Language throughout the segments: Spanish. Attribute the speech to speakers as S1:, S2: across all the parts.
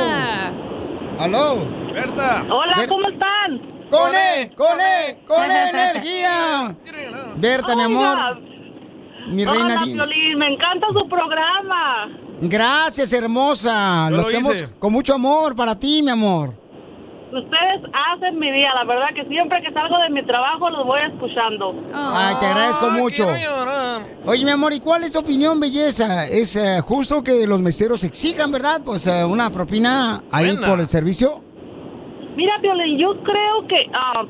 S1: aló.
S2: Berta.
S1: Ber-
S3: Hola, ¿cómo están?
S1: Con E, con E, con E, energía. Berta, mi amor,
S3: Oiga,
S1: mi reina.
S3: hola,
S1: di-
S3: Piolín, me encanta su programa.
S1: Gracias, hermosa.
S2: Yo
S1: Lo
S2: lo
S1: hacemos
S2: hice.
S1: con mucho amor para ti, mi amor.
S3: Ustedes hacen mi día, la verdad que siempre que salgo de mi trabajo los voy escuchando.
S1: Ay, te agradezco mucho. Oye, mi amor, ¿y cuál es tu opinión, belleza? ¿Es eh, justo que los meseros exijan, verdad? Pues eh, una propina ahí
S2: Buena.
S1: por el servicio.
S3: Mira, Piolín, yo creo que ah,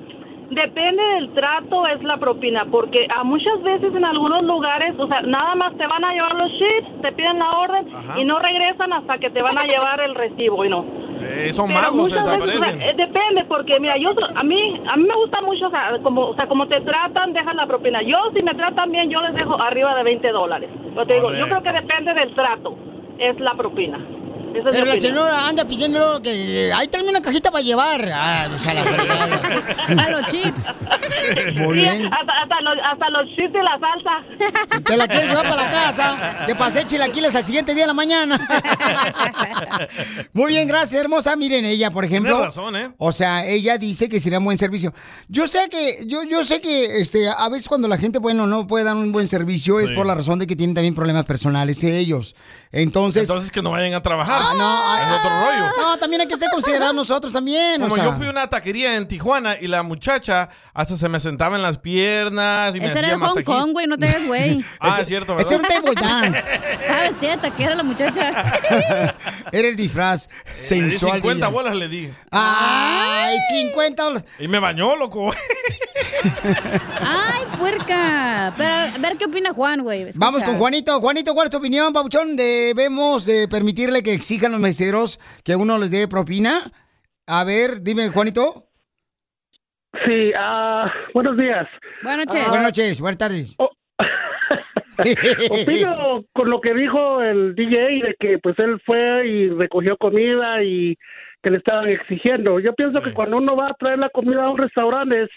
S3: depende del trato es la propina, porque a muchas veces en algunos lugares, o sea, nada más te van a llevar los chips, te piden la orden
S2: Ajá.
S3: y no regresan hasta que te van a llevar el recibo y no.
S2: Eh, son
S3: Pero
S2: magos, se
S3: muchas veces, o sea,
S2: desaparecen.
S3: eh, depende, porque mira, yo a mí a mí me gusta mucho, o sea, como, o sea, como te tratan, dejan la propina. Yo si me tratan bien, yo les dejo arriba de 20 dólares. Yo te digo, yo
S2: Correcto.
S3: creo que depende del trato, es la propina. Esa
S1: Pero
S3: es mi
S1: la
S3: opinión.
S1: señora anda pidiendo que. Ahí tráeme una cajita para llevar. Ah, o sea, la fregada.
S4: A los chips.
S1: Muy
S3: Sí,
S1: bien.
S3: hasta, hasta los, hasta los chips y la salsa.
S1: Te la quieres llevar para la casa. Te pasé chilaquiles al siguiente día de la mañana. Muy bien, gracias, hermosa. Miren, ella, por ejemplo.
S2: Tienes razón, ¿eh?
S1: O sea, ella dice que sería un buen servicio. Yo sé que, yo, yo sé que este, a veces cuando la gente, bueno, no puede dar un buen servicio, es
S2: Sí.
S1: por la razón de que tienen también problemas personales ellos. Entonces.
S2: Entonces que no vayan a trabajar.
S1: ah, no,
S2: es
S1: ah,
S2: otro rollo.
S1: no, también hay que ser considerados nosotros también. o
S2: Como
S1: sea.
S2: yo fui a una taquería en Tijuana y la muchacha hasta se me sentaba en las piernas y me
S4: Ese era
S2: hacía
S4: el Hong
S2: masajito.
S4: Kong, güey, no te hagas, güey.
S2: Ah, es cierto,
S1: Ese
S2: ¿verdad?
S1: era un table dance.
S4: Estaba vestida de taquera la muchacha.
S1: Era el disfraz
S2: Le di
S1: sensual. de
S2: 50
S1: ella.
S2: bolas le di.
S1: Ay, 50 dólares.
S2: Y me bañó, loco.
S4: Ay, puerca. Pero a ver qué opina Juan, güey. Escucha.
S1: Vamos con Juanito. Juanito, ¿cuál es tu opinión, Pabuchón? ¿Debemos de permitirle que exijan los meseros que uno les dé propina? A ver, dime, Juanito.
S5: Sí, ah, buenos días. Ah, Oh,
S4: Buenas noches.
S1: Buenas noches, buenas tardes.
S5: Opino con lo que dijo el DJ de que pues él fue y recogió comida y que le estaban exigiendo. Yo pienso que cuando uno va a traer la comida a un restaurante es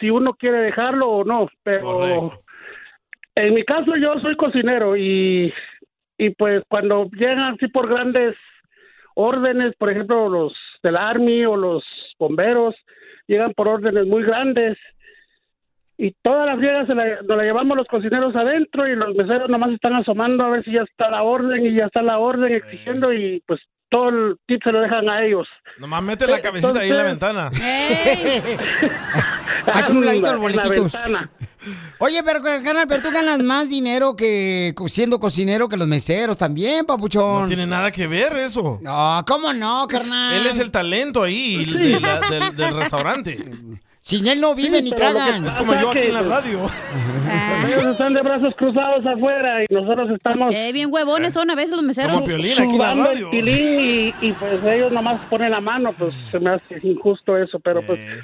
S5: si uno quiere dejarlo o no, pero
S2: Correcto.
S5: en mi caso yo soy cocinero y y pues cuando llegan así por grandes órdenes, por ejemplo, los del Army o los bomberos llegan por órdenes muy grandes y todas las riegas se la- nos la llevamos los cocineros adentro y los meseros nomás están asomando a ver si ya está la orden y ya está la orden exigiendo y pues todo el tip se lo dejan a ellos.
S2: Nomás mete Ah, la cabecita ahí en la ventana.
S4: Ey,
S1: Haz un ladito el
S5: En la
S1: boletito.
S5: ventana.
S1: Oye, pero, carnal, pero tú ganas más dinero que co- siendo cocinero que los meseros también,
S2: No
S1: Papuchón. No,
S2: tiene nada que ver eso.
S1: ¿cómo no, carnal?
S5: Pues
S2: Él es el talento ahí de la- del, del restaurante.
S1: Sin él no viven ni
S5: Sí, pero lo que
S1: tragan.
S5: pasa que, pues, Ellos están de brazos cruzados afuera y nosotros estamos.
S4: Eh, bien huevones son a veces los meseros.
S5: sudando el pilín y, y, pues ellos nomás ponen la mano, pues
S2: Mm.
S5: se me hace injusto eso, pero pues.
S2: Eh.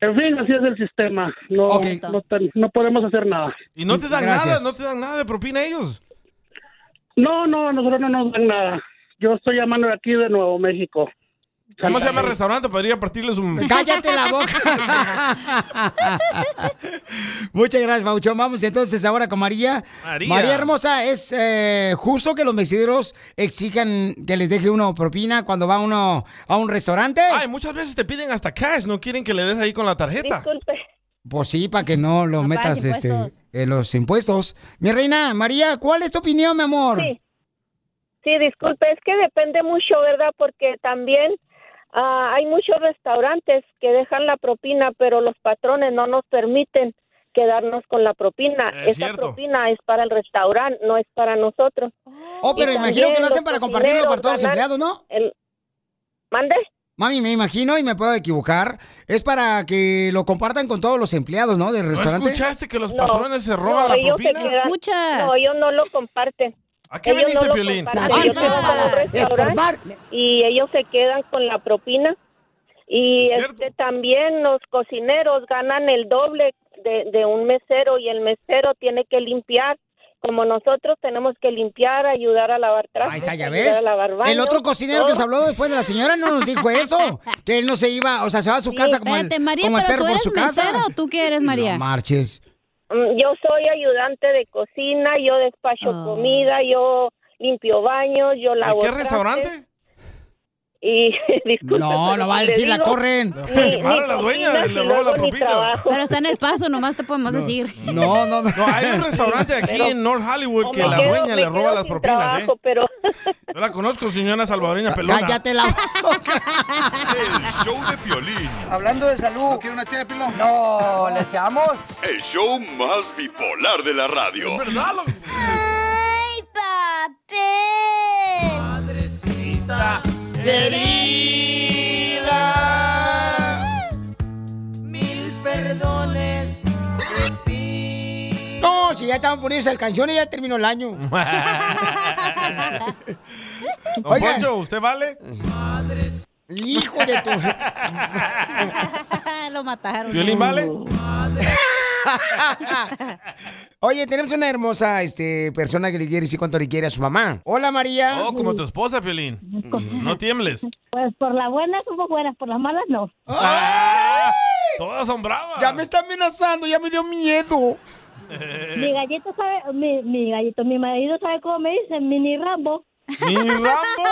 S5: En fin, así es el sistema. No, no, tan- no podemos hacer nada.
S2: Y no te dan nada, no te dan nada de propina ellos.
S5: No, no, nosotros no nos dan nada. Yo estoy llamando de aquí de Nuevo México.
S2: ¿Cómo se llama el restaurante para ir a partirles un...
S1: ¡Cállate la boca! Muchas gracias, Pauchón. Vamos entonces ahora con María.
S2: María.
S1: Hermosa, ¿es eh, justo que los mexideros exijan que les deje uno propina cuando va uno a un restaurante?
S2: Ay, muchas veces te piden hasta cash, no quieren que le des ahí con la tarjeta.
S1: Pues sí, para que no lo metas
S2: pagues
S1: este,
S2: impuestos.
S1: en los impuestos. Mi reina, María, ¿cuál es tu opinión, mi amor?
S6: Sí, disculpe, es que depende mucho, ¿verdad? Porque también ah, hay muchos restaurantes que dejan la propina, pero los patrones no nos permiten quedarnos con la propina.
S1: Es
S6: Esa
S1: cierto.
S6: propina es para el restaurante, no es para nosotros.
S1: Oh, pero
S6: Y
S1: imagino que
S6: también
S1: lo hacen
S6: los
S1: para compartirlo para todos los
S6: cocineros
S1: empleados, ¿no?
S6: ganan el- ¿Mande?
S1: Mami, me imagino y me puedo equivocar. Es para que lo compartan con todos los empleados, ¿no? Del restaurante.
S2: escuchaste que los
S6: No,
S2: patrones se roban
S6: no,
S2: la
S6: ellos se
S2: propina?
S6: quedan- No, ellos no lo comparten.
S2: ¿A qué
S6: ellos
S2: viniste,
S6: no lo
S2: Piolín?
S6: comparten, ellos se van a un restaurante y ellos se quedan con la propina. Y este, también los cocineros ganan el doble de, de un mesero y el mesero tiene que limpiar. Como nosotros tenemos que limpiar, ayudar a lavar trastes,
S1: Está, ya
S6: ayudar a
S1: ves.
S6: lavar baños,
S1: El otro cocinero que
S6: todo.
S1: se habló después de la señora no nos dijo eso. Que él no se iba, o sea, se va a su casa como,
S6: espérate,
S1: el,
S6: María,
S1: como el perro
S6: pero tú
S1: por
S6: eres
S1: su casa.
S6: mesero,
S4: ¿Tú qué eres, María?
S1: Marches.
S6: Mm, Yo soy ayudante de cocina, yo despacho comida, yo limpio baños, yo lavo.
S2: qué
S6: trastes.
S2: restaurante?
S6: Y disculpe,
S2: No,
S6: pero
S2: no va a
S6: le
S2: decir, la
S6: digo,
S2: corren.
S6: ni-
S2: Le va a quemar
S6: ni
S2: a la dueña,
S6: cocinas
S2: le
S6: y
S2: roba la
S6: luego ni
S2: propina.
S6: trabajo.
S4: Pero está en el paso, nomás te podemos decir.
S1: No, no, no.
S2: hay un restaurante aquí
S4: Pero-
S2: en North Hollywood que
S4: me
S2: la
S4: quedo-
S2: dueña
S4: me
S2: le
S4: quedo
S2: roba las
S4: sin
S2: propinas,
S4: trabajo,
S2: ¿eh? Yo la conozco, señora salvadoreña pelona.
S1: Cállate la
S7: El show de Piolín.
S8: Hablando de Eh, salud. ¿No quiere una ché, No, ¿le echamos?
S7: El show más bipolar de la radio.
S2: ¿Verdad, loco?
S9: ¡Ay, papel! ¡Madrecita
S8: querida.
S9: Mil perdones.
S1: No, si ya estaban poniendo esas canciones, ya terminó el año.
S2: Don
S1: Oigan.
S2: Poncho, ¿usted vale?
S1: Hijo de tu.
S4: Lo mataron.
S2: ¿Violín vale?
S1: Oye, tenemos una hermosa este, persona que le quiere decir cuánto le quiere a su mamá. Hola, María.
S2: Oh, como tu esposa, Piolín. No tiembles.
S10: Pues por las buenas somos buenas, por las malas no.
S2: Ah, Todas son bravas.
S1: Ya me está amenazando, ya me dio miedo.
S2: Eh.
S10: Mi gallito sabe, mi, mi gallito, mi marido sabe cómo me dicen, mini Rambo.
S2: ¿Mini
S10: Rambo?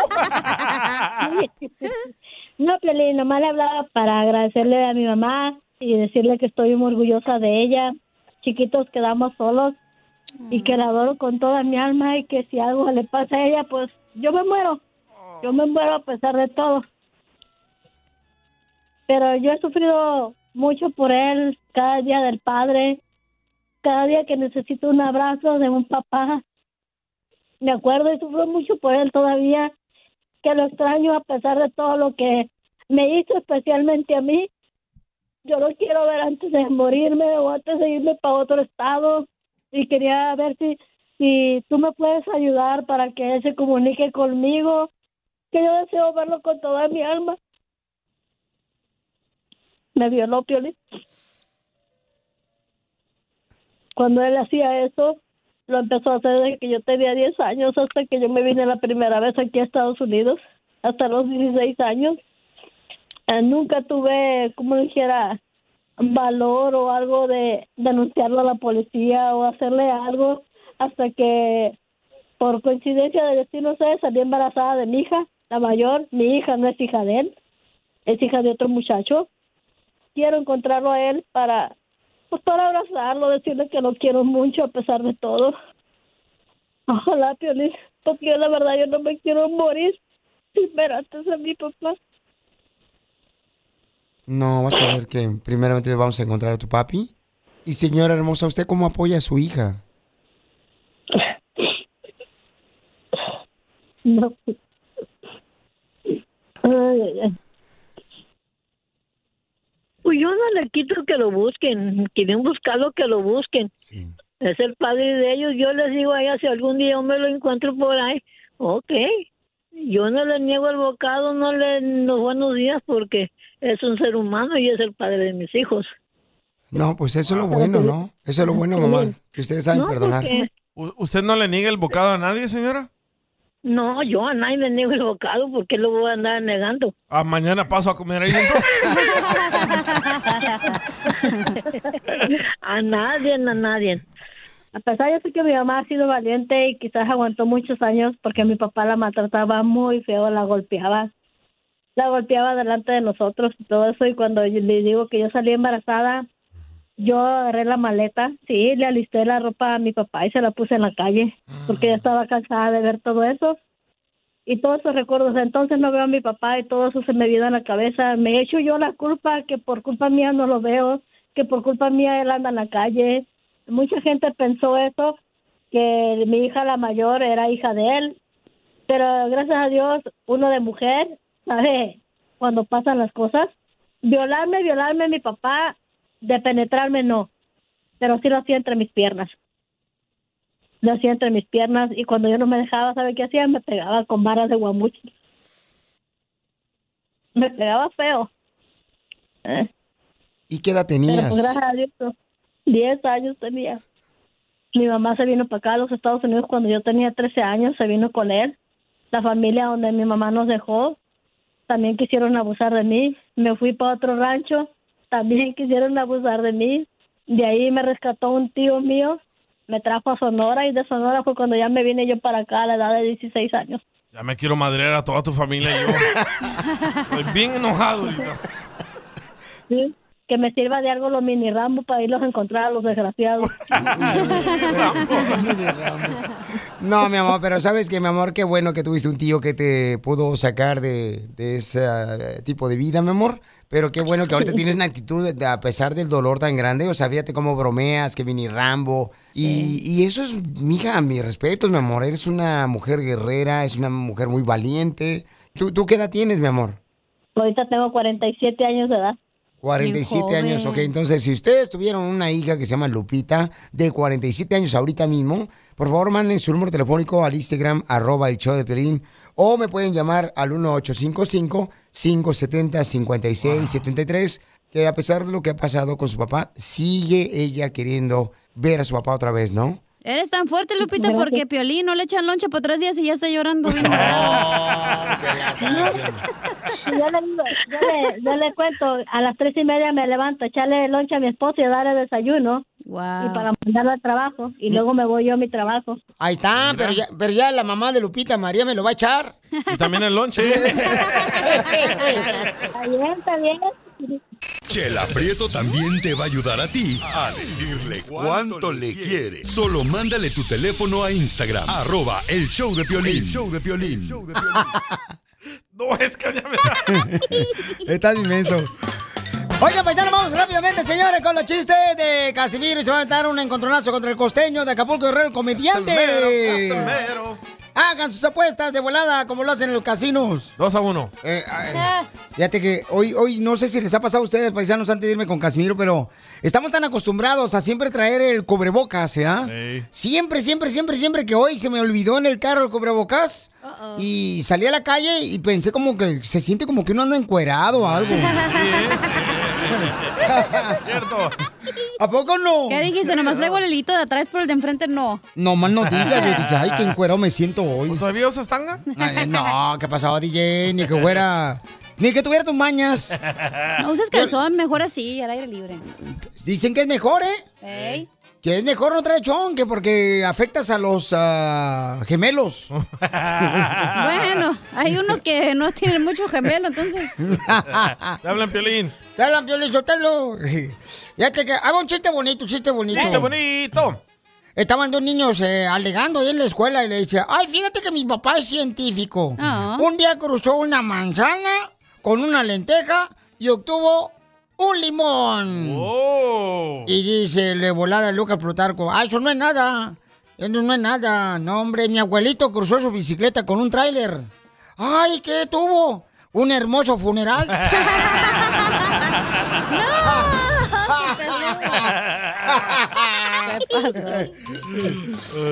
S10: no, Piolín, nomás le hablaba para agradecerle a mi mamá y decirle que estoy muy orgullosa de ella. Chiquitos quedamos solos y que la adoro con toda mi alma y que si algo le pasa a ella, pues yo me muero. Yo me muero a pesar de todo. Pero yo he sufrido mucho por él, cada día del padre, cada día que necesito un abrazo de un papá. Me acuerdo y sufro mucho por él todavía, que lo extraño a pesar de todo lo que me hizo especialmente a mí. Yo lo quiero ver antes de morirme o antes de irme para otro estado y quería ver si, si tú me puedes ayudar para que él se comunique conmigo, que yo deseo verlo con toda mi alma. Me violó Piolín. Cuando él hacía eso, lo empezó a hacer desde que yo tenía 10 años hasta que yo me vine la primera vez aquí a Estados Unidos, hasta los 16 años. Eh, nunca tuve, como dijera, valor o algo de denunciarlo a la policía o hacerle algo hasta que por coincidencia del destino sé, salí embarazada de mi hija, la mayor, mi hija no es hija de él, es hija de otro muchacho. Quiero encontrarlo a él para pues para abrazarlo, decirle que lo quiero mucho a pesar de todo. Ojalá, Piolín, porque yo, la verdad yo no me quiero morir sin ver antes a mi papá.
S1: No, vas a ver que primeramente vamos a encontrar a tu papi. Y señora hermosa, ¿usted cómo apoya a su hija?
S10: No. Ay, ay, ay.
S11: pues yo no le quito que lo busquen. Quieren buscarlo, que lo busquen. Es el padre de ellos. Yo les digo a ella, si algún día yo me lo encuentro por ahí, ok. Yo no le niego el bocado, no le los buenos días porque es un ser humano y es el padre de mis hijos.
S1: No, pues eso
S6: Ah,
S1: es lo bueno, ¿no? Eso es lo bueno, mamá. Que ustedes saben
S11: No,
S10: pues
S1: perdonar.
S11: porque-
S2: U- ¿Usted no le niega el bocado a nadie, señora?
S11: No, yo a nadie le niego el bocado porque lo voy a andar negando.
S2: Ah, mañana paso a comer ahí.
S11: a nadie, a nadie.
S10: A pesar yo sé que mi mamá ha sido valiente y quizás aguantó muchos años porque mi papá la maltrataba muy feo, la golpeaba. La golpeaba delante de nosotros y todo eso. Y cuando yo le digo que yo salí embarazada, yo agarré la maleta, sí, le alisté la ropa a mi papá y se la puse en la calle porque
S1: Ah.
S10: ya estaba cansada de ver todo eso. Y todos esos recuerdos, entonces no veo a mi papá y todo eso se me viene a la cabeza. Me echo yo la culpa que por culpa mía no lo veo, que por culpa mía él anda en la calle. Mucha gente pensó eso, que mi hija la mayor era hija de él. Pero gracias a Dios, uno de mujer sabe cuando pasan las cosas. Violarme, violarme mi papá, de penetrarme no, pero sí lo hacía entre mis piernas lo hacía entre mis piernas y cuando yo no me dejaba, ¿sabe qué hacía? Me pegaba con varas de guamuchi. Me pegaba feo.
S6: eh.
S1: ¿Y qué edad
S10: Pero
S1: tenías?
S10: pues, gracias a Dios, no. diez años tenía. Mi mamá se vino para acá a los Estados Unidos cuando yo tenía 13 años, se vino con él. La familia donde mi mamá nos dejó, también quisieron abusar de mí. Me fui para otro rancho, también quisieron abusar de mí. De ahí me rescató un tío mío, me trajo a Sonora y de Sonora fue cuando ya me vine yo para acá a la edad de 16 años.
S2: Ya me quiero madrear a toda tu familia yo. Estoy bien enojado ahorita.
S10: ¿sí? Que me sirva de algo los mini Rambo para irlos a encontrar a los desgraciados.
S1: No, mi amor, pero sabes que, mi amor, qué bueno que tuviste un tío que te pudo sacar de, de ese eh, tipo de vida, mi amor. Pero qué bueno que ahorita tienes una actitud, de- a pesar del dolor tan grande, o sea, fíjate cómo bromeas, que mini Rambo. Y, y eso es, mija, mis respetos, mi amor. Eres una mujer guerrera, es una mujer muy valiente. ¿Tú, tú qué edad tienes, mi amor?
S10: Ahorita tengo 47 años de edad.
S1: 47 años, ok. Entonces, si ustedes tuvieron una hija que se llama Lupita, de 47 años ahorita mismo, por favor manden su número telefónico al Instagram, arroba el show de Piolín, o me pueden llamar al 1855-570-5673, que a pesar de lo que ha pasado con su papá, sigue ella queriendo ver a su papá otra vez, ¿no?
S4: Eres tan fuerte, Lupita,
S10: Gracias.
S4: porque Piolín no le echan lonche por tres días y ya está llorando bien.
S10: Yo le, digo, yo le- yo le cuento, a las tres y media me levanto, a echarle lonche a mi esposo y a darle desayuno. Y para mandarlo al trabajo. Y luego me voy yo a mi trabajo.
S1: Ahí está, pero ya, pero ya la mamá de Lupita, María, me lo va a echar.
S2: Y también el lonche.
S10: Está bien, está bien.
S7: Chela Prieto también te va a ayudar a ti a decirle cuánto le quiere. Solo mándale tu teléfono a Instagram, arroba el show de Piolín. show de Piolín.
S2: No, es que ya me
S1: Estás inmenso. Oigan, paisanos, vamos rápidamente, señores, con los chistes de Casimiro. Y se va a dar un encontronazo contra el costeño de Acapulco Guerrero, el comediante.
S2: Casimiro,
S1: Hagan sus apuestas de volada, como lo hacen en los casinos.
S2: Dos a uno.
S1: Eh, Fíjate que hoy, hoy no sé si les ha pasado a ustedes, paisanos, antes de irme con Casimiro, pero estamos tan acostumbrados a siempre traer el cubrebocas, ¿ya? Siempre, siempre, siempre, siempre que hoy se me olvidó en el carro el cubrebocas. Y salí a la calle y pensé como que se siente como que uno anda encuerado o algo.
S2: Cierto.
S1: ¿A poco no?
S4: ¿Qué dijiste? Nomás traigo el hilito de atrás, pero el de enfrente no.
S1: No más no digas, yo dije, ay, qué encuerado me siento hoy.
S2: ¿Pues ¿Todavía usas tanga?
S1: Ay, no, ¿qué pasaba, DJ? Ni que fuera. Ni que tuviera tus mañas.
S4: No uses calzón, mejor así, al aire libre.
S1: Dicen que es mejor, ¿eh?
S4: Ey.
S1: Que es mejor no traer chon, que porque afectas a los ah, gemelos.
S4: Bueno, hay unos que no tienen mucho gemelo, entonces.
S2: Te hablan piolín.
S1: Te hablan, Piolín Sotelo. Fíjate que hago un chiste bonito, un chiste bonito.
S2: Chiste bonito.
S1: Estaban dos niños eh, alegando ahí en la escuela y le dice, ay, fíjate que mi papá es científico. Un día cruzó una manzana con una lenteja y obtuvo un limón.
S2: Oh.
S1: Y dice, le volada Lucas Plutarco, ah, eso no es nada. Eso no es nada. No, hombre, mi abuelito cruzó su bicicleta con un tráiler. Ay, ¿qué tuvo? Un hermoso funeral. Ah.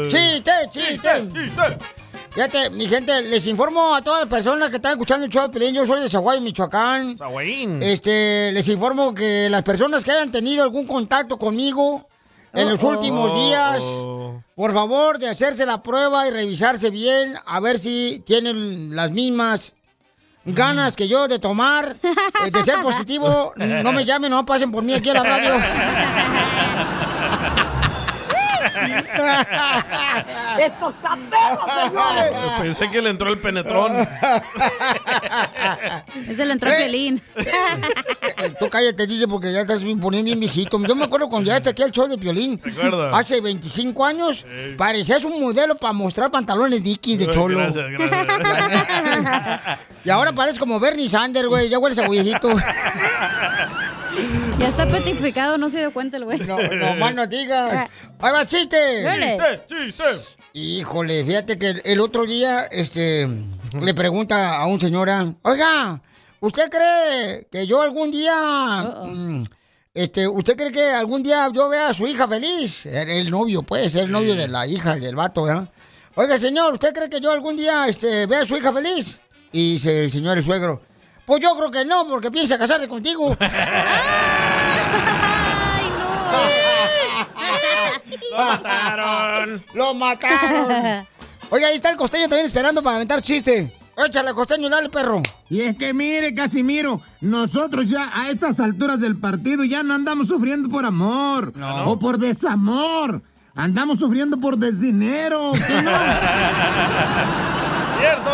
S1: ¡Chiste, chiste! Fíjate, mi gente, les informo a todas las personas que están escuchando el show de Pelín. Yo soy de Zaguay, Michoacán.
S2: Zaguayín.
S1: Este, les informo que las personas que hayan tenido algún contacto conmigo en los
S12: Oh.
S2: Uh-oh.
S1: últimos
S13: Oh.
S1: días,
S2: Uh-oh.
S1: por favor, de hacerse la prueba y revisarse bien, a ver si tienen las mismas ganas que yo de tomar, eh, de ser positivo. No me llamen, no pasen por mí aquí a la radio.
S13: ¡Estos taperos, señores!
S2: Pensé que le entró el penetrón.
S4: Es el entró Piolín.
S1: Eh, Tú cállate, DJ, porque ya estás bien poniendo bien viejito. Yo me acuerdo cuando llegaste aquí al show de Piolín. ¿Te
S2: acuerdas?
S1: Hace 25 años, parecías un modelo para mostrar pantalones dickies de cholo.
S2: Gracias, gracias.
S1: Y ahora pareces como Bernie Sanders, güey. Ya hueles a viejito.
S4: Ya está petrificado, no se dio cuenta el güey. Ah.
S1: No, no más no digas. ¡Ahí va, chiste!
S4: Dale.
S1: Híjole, fíjate que el- el otro día, este, le pregunta a un señora, oiga, ¿usted cree que yo algún día, mm, este, usted cree que algún día yo vea a su hija feliz? El, el novio, pues, el novio de la hija, del vato, ¿verdad? Oiga, señor, ¿usted cree que yo algún día, este, vea a su hija feliz? Y dice el señor, el suegro, pues yo creo que no, porque piensa casarse contigo.
S13: ¡Lo mataron!
S1: ¡Lo mataron! Oiga, ahí está el costeño también esperando para aventar chiste. Échale, costeño, dale, perro.
S12: Y es que mire, Casimiro, nosotros ya a estas alturas del partido ya no andamos sufriendo por amor o por desamor. Andamos sufriendo por desdinero. ¿qué no?
S2: ¡Cierto!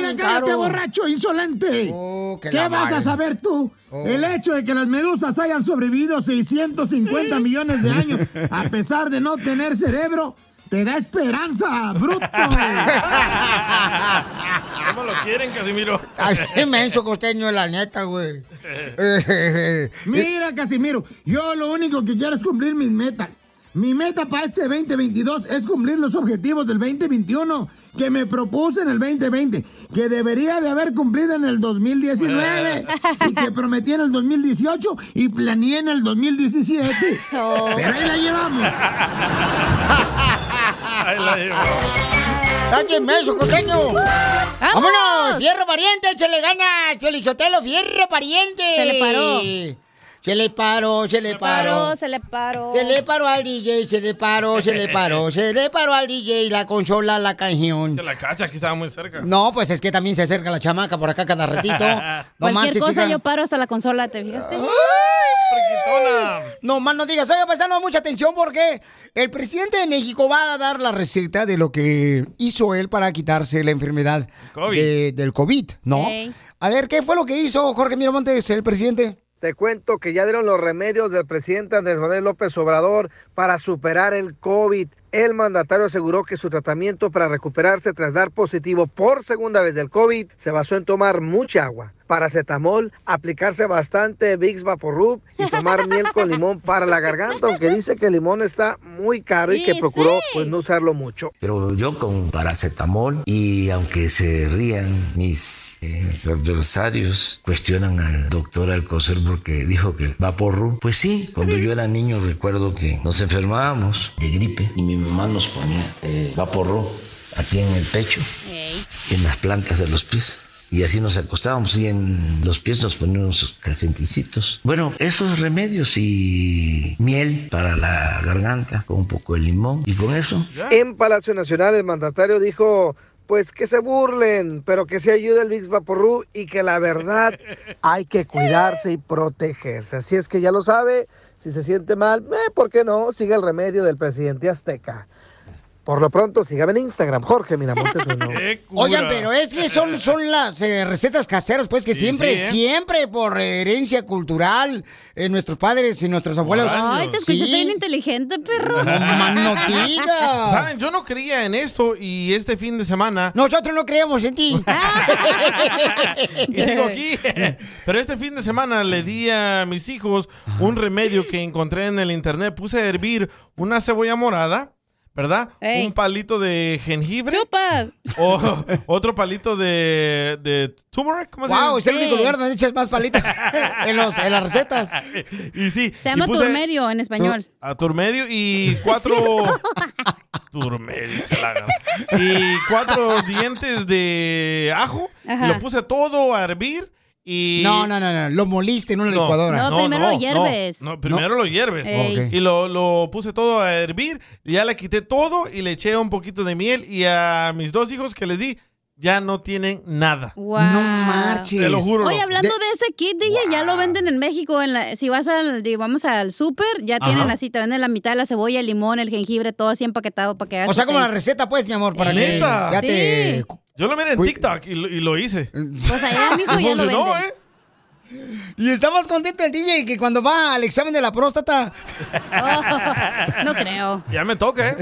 S12: Mira, cállate, borracho insolente.
S1: Oh, que
S12: ¿Qué
S1: la
S12: vas a
S1: madre.
S12: saber tú?
S1: Oh.
S12: El hecho de que las medusas hayan sobrevivido 650 millones de años a pesar de no tener cerebro, te da esperanza, bruto.
S2: ¿Cómo lo quieren, Casimiro?
S1: Así menso costeño, la neta, güey.
S12: Mira, Casimiro, yo lo único que quiero es cumplir mis metas. Mi meta para este 2022 es cumplir los objetivos del 2021 que me propuse en el 2020, que debería de haber cumplido en el 2019 y que prometí en el 2018 y planeé en el 2017.
S13: Oh.
S12: Pero ahí la llevamos.
S1: ¡Está bien menso, costeño! ¡Vámonos! ¡Fierro pariente! ¡Se le gana! ¡Cholichotelo, fierro pariente!
S4: Se le paró.
S1: Se le paró, se le paró.
S4: Paró, se le paró.
S1: Se le paró al DJ, se le paró, se le paró, se le paró al DJ la consola, la canción.
S2: Que la cacha, que estaba muy cerca.
S1: No, pues es que también se acerca la chamaca por acá cada ratito. No
S4: Cualquier
S1: marches,
S4: cosa
S1: hija.
S4: yo paro hasta la consola, ¿te fijaste?
S1: No, más no digas, oiga, paisano, mucha atención porque el presidente de México va a dar la receta de lo que hizo él para quitarse la enfermedad
S14: COVID.
S1: de- del COVID, ¿no?
S14: Ey.
S1: A ver, ¿qué fue lo que hizo Jorge Miramontes, el presidente?
S14: Te cuento que ya dieron los remedios del presidente Andrés Manuel López Obrador para superar el COVID. El mandatario aseguró que su tratamiento para recuperarse tras dar positivo por segunda vez del COVID se basó en tomar mucha agua, paracetamol, aplicarse bastante Vicks Vaporub y tomar miel con limón para la garganta, aunque dice que el limón está muy caro y que
S15: Sí,
S14: procuró
S15: sí.
S14: pues no usarlo mucho.
S15: Pero yo con paracetamol y aunque se rían mis eh, adversarios, cuestionan al doctor Alcocer porque dijo que va por ru. Pues sí, cuando yo era niño recuerdo que nos enfermábamos de gripe y mi mamá nos ponía eh, vaporru aquí en el pecho y en las plantas de los pies. Y así nos acostábamos y en los pies nos poníamos calcenticitos. Bueno, esos remedios y miel para la garganta con un poco de limón y con eso
S14: En Palacio Nacional el mandatario dijo, pues que se burlen, pero que se ayude el Vicks Vaporru y que la verdad hay que cuidarse y protegerse. Así es que ya lo sabe, si se siente mal, eh, ¿por qué no? Sigue el remedio del presidente azteca. Por lo pronto, sígame en Instagram, Jorge Miramontes uno.
S1: Oigan, pero es que son, son las eh, recetas caseras, pues que siempre,
S14: sí, ¿eh?
S1: siempre por herencia cultural, eh, nuestros padres y nuestros abuelos.
S4: Ay, te escuchaste
S1: Sí.
S4: bien inteligente,
S1: No,
S4: perro.
S1: más no digas.
S2: ¿Saben? Yo no creía en esto y este fin de semana.
S1: Nosotros no creemos en ti.
S2: y sigo aquí. Pero este fin de semana le di a mis hijos un remedio que encontré en el internet. Puse a hervir una cebolla morada. ¿verdad?
S4: Ey.
S2: Un palito de jengibre. O otro palito de, de turmeric, ¿cómo se llama?
S1: Wow, es el único lugar donde echas más palitas en, los, en las recetas.
S2: Y sí.
S4: Se llama
S2: y puse
S4: turmerio en español.
S2: A turmedio y cuatro... turmedio, que la hagan. Y cuatro dientes de ajo. y
S1: Ajá.
S2: lo puse todo a hervir y...
S1: No, no, no, no, lo moliste en una licuadora.
S2: No, primero lo hierves.
S1: Ey.
S2: Y lo, lo puse todo a hervir. y Ya le quité todo y le eché un poquito de miel. Y a mis dos hijos que les di, ya no tienen nada.
S4: No
S1: marches.
S2: Te lo juro.
S4: Oye,
S2: loco.
S4: hablando de, ese kit, dije, ya lo venden en México. En la, si vas al, di- vamos al súper, ya
S1: Ajá.
S4: tienen así, te venden la mitad de la cebolla, el limón, el jengibre, todo así empaquetado para que hagas.
S1: O sea,
S4: tu
S1: como
S4: té.
S1: la receta, pues, mi amor, para que
S2: ¿Neta?
S1: ya te...
S2: Yo lo miré en TikTok y lo, y lo hice.
S4: Pues allá, mijo, ya lo
S2: Funcionó,
S4: venden.
S2: ¿eh?
S1: Y está más contento el DJ que cuando va al examen de la próstata.
S4: Oh, no creo.
S2: Ya me toca, ¿eh?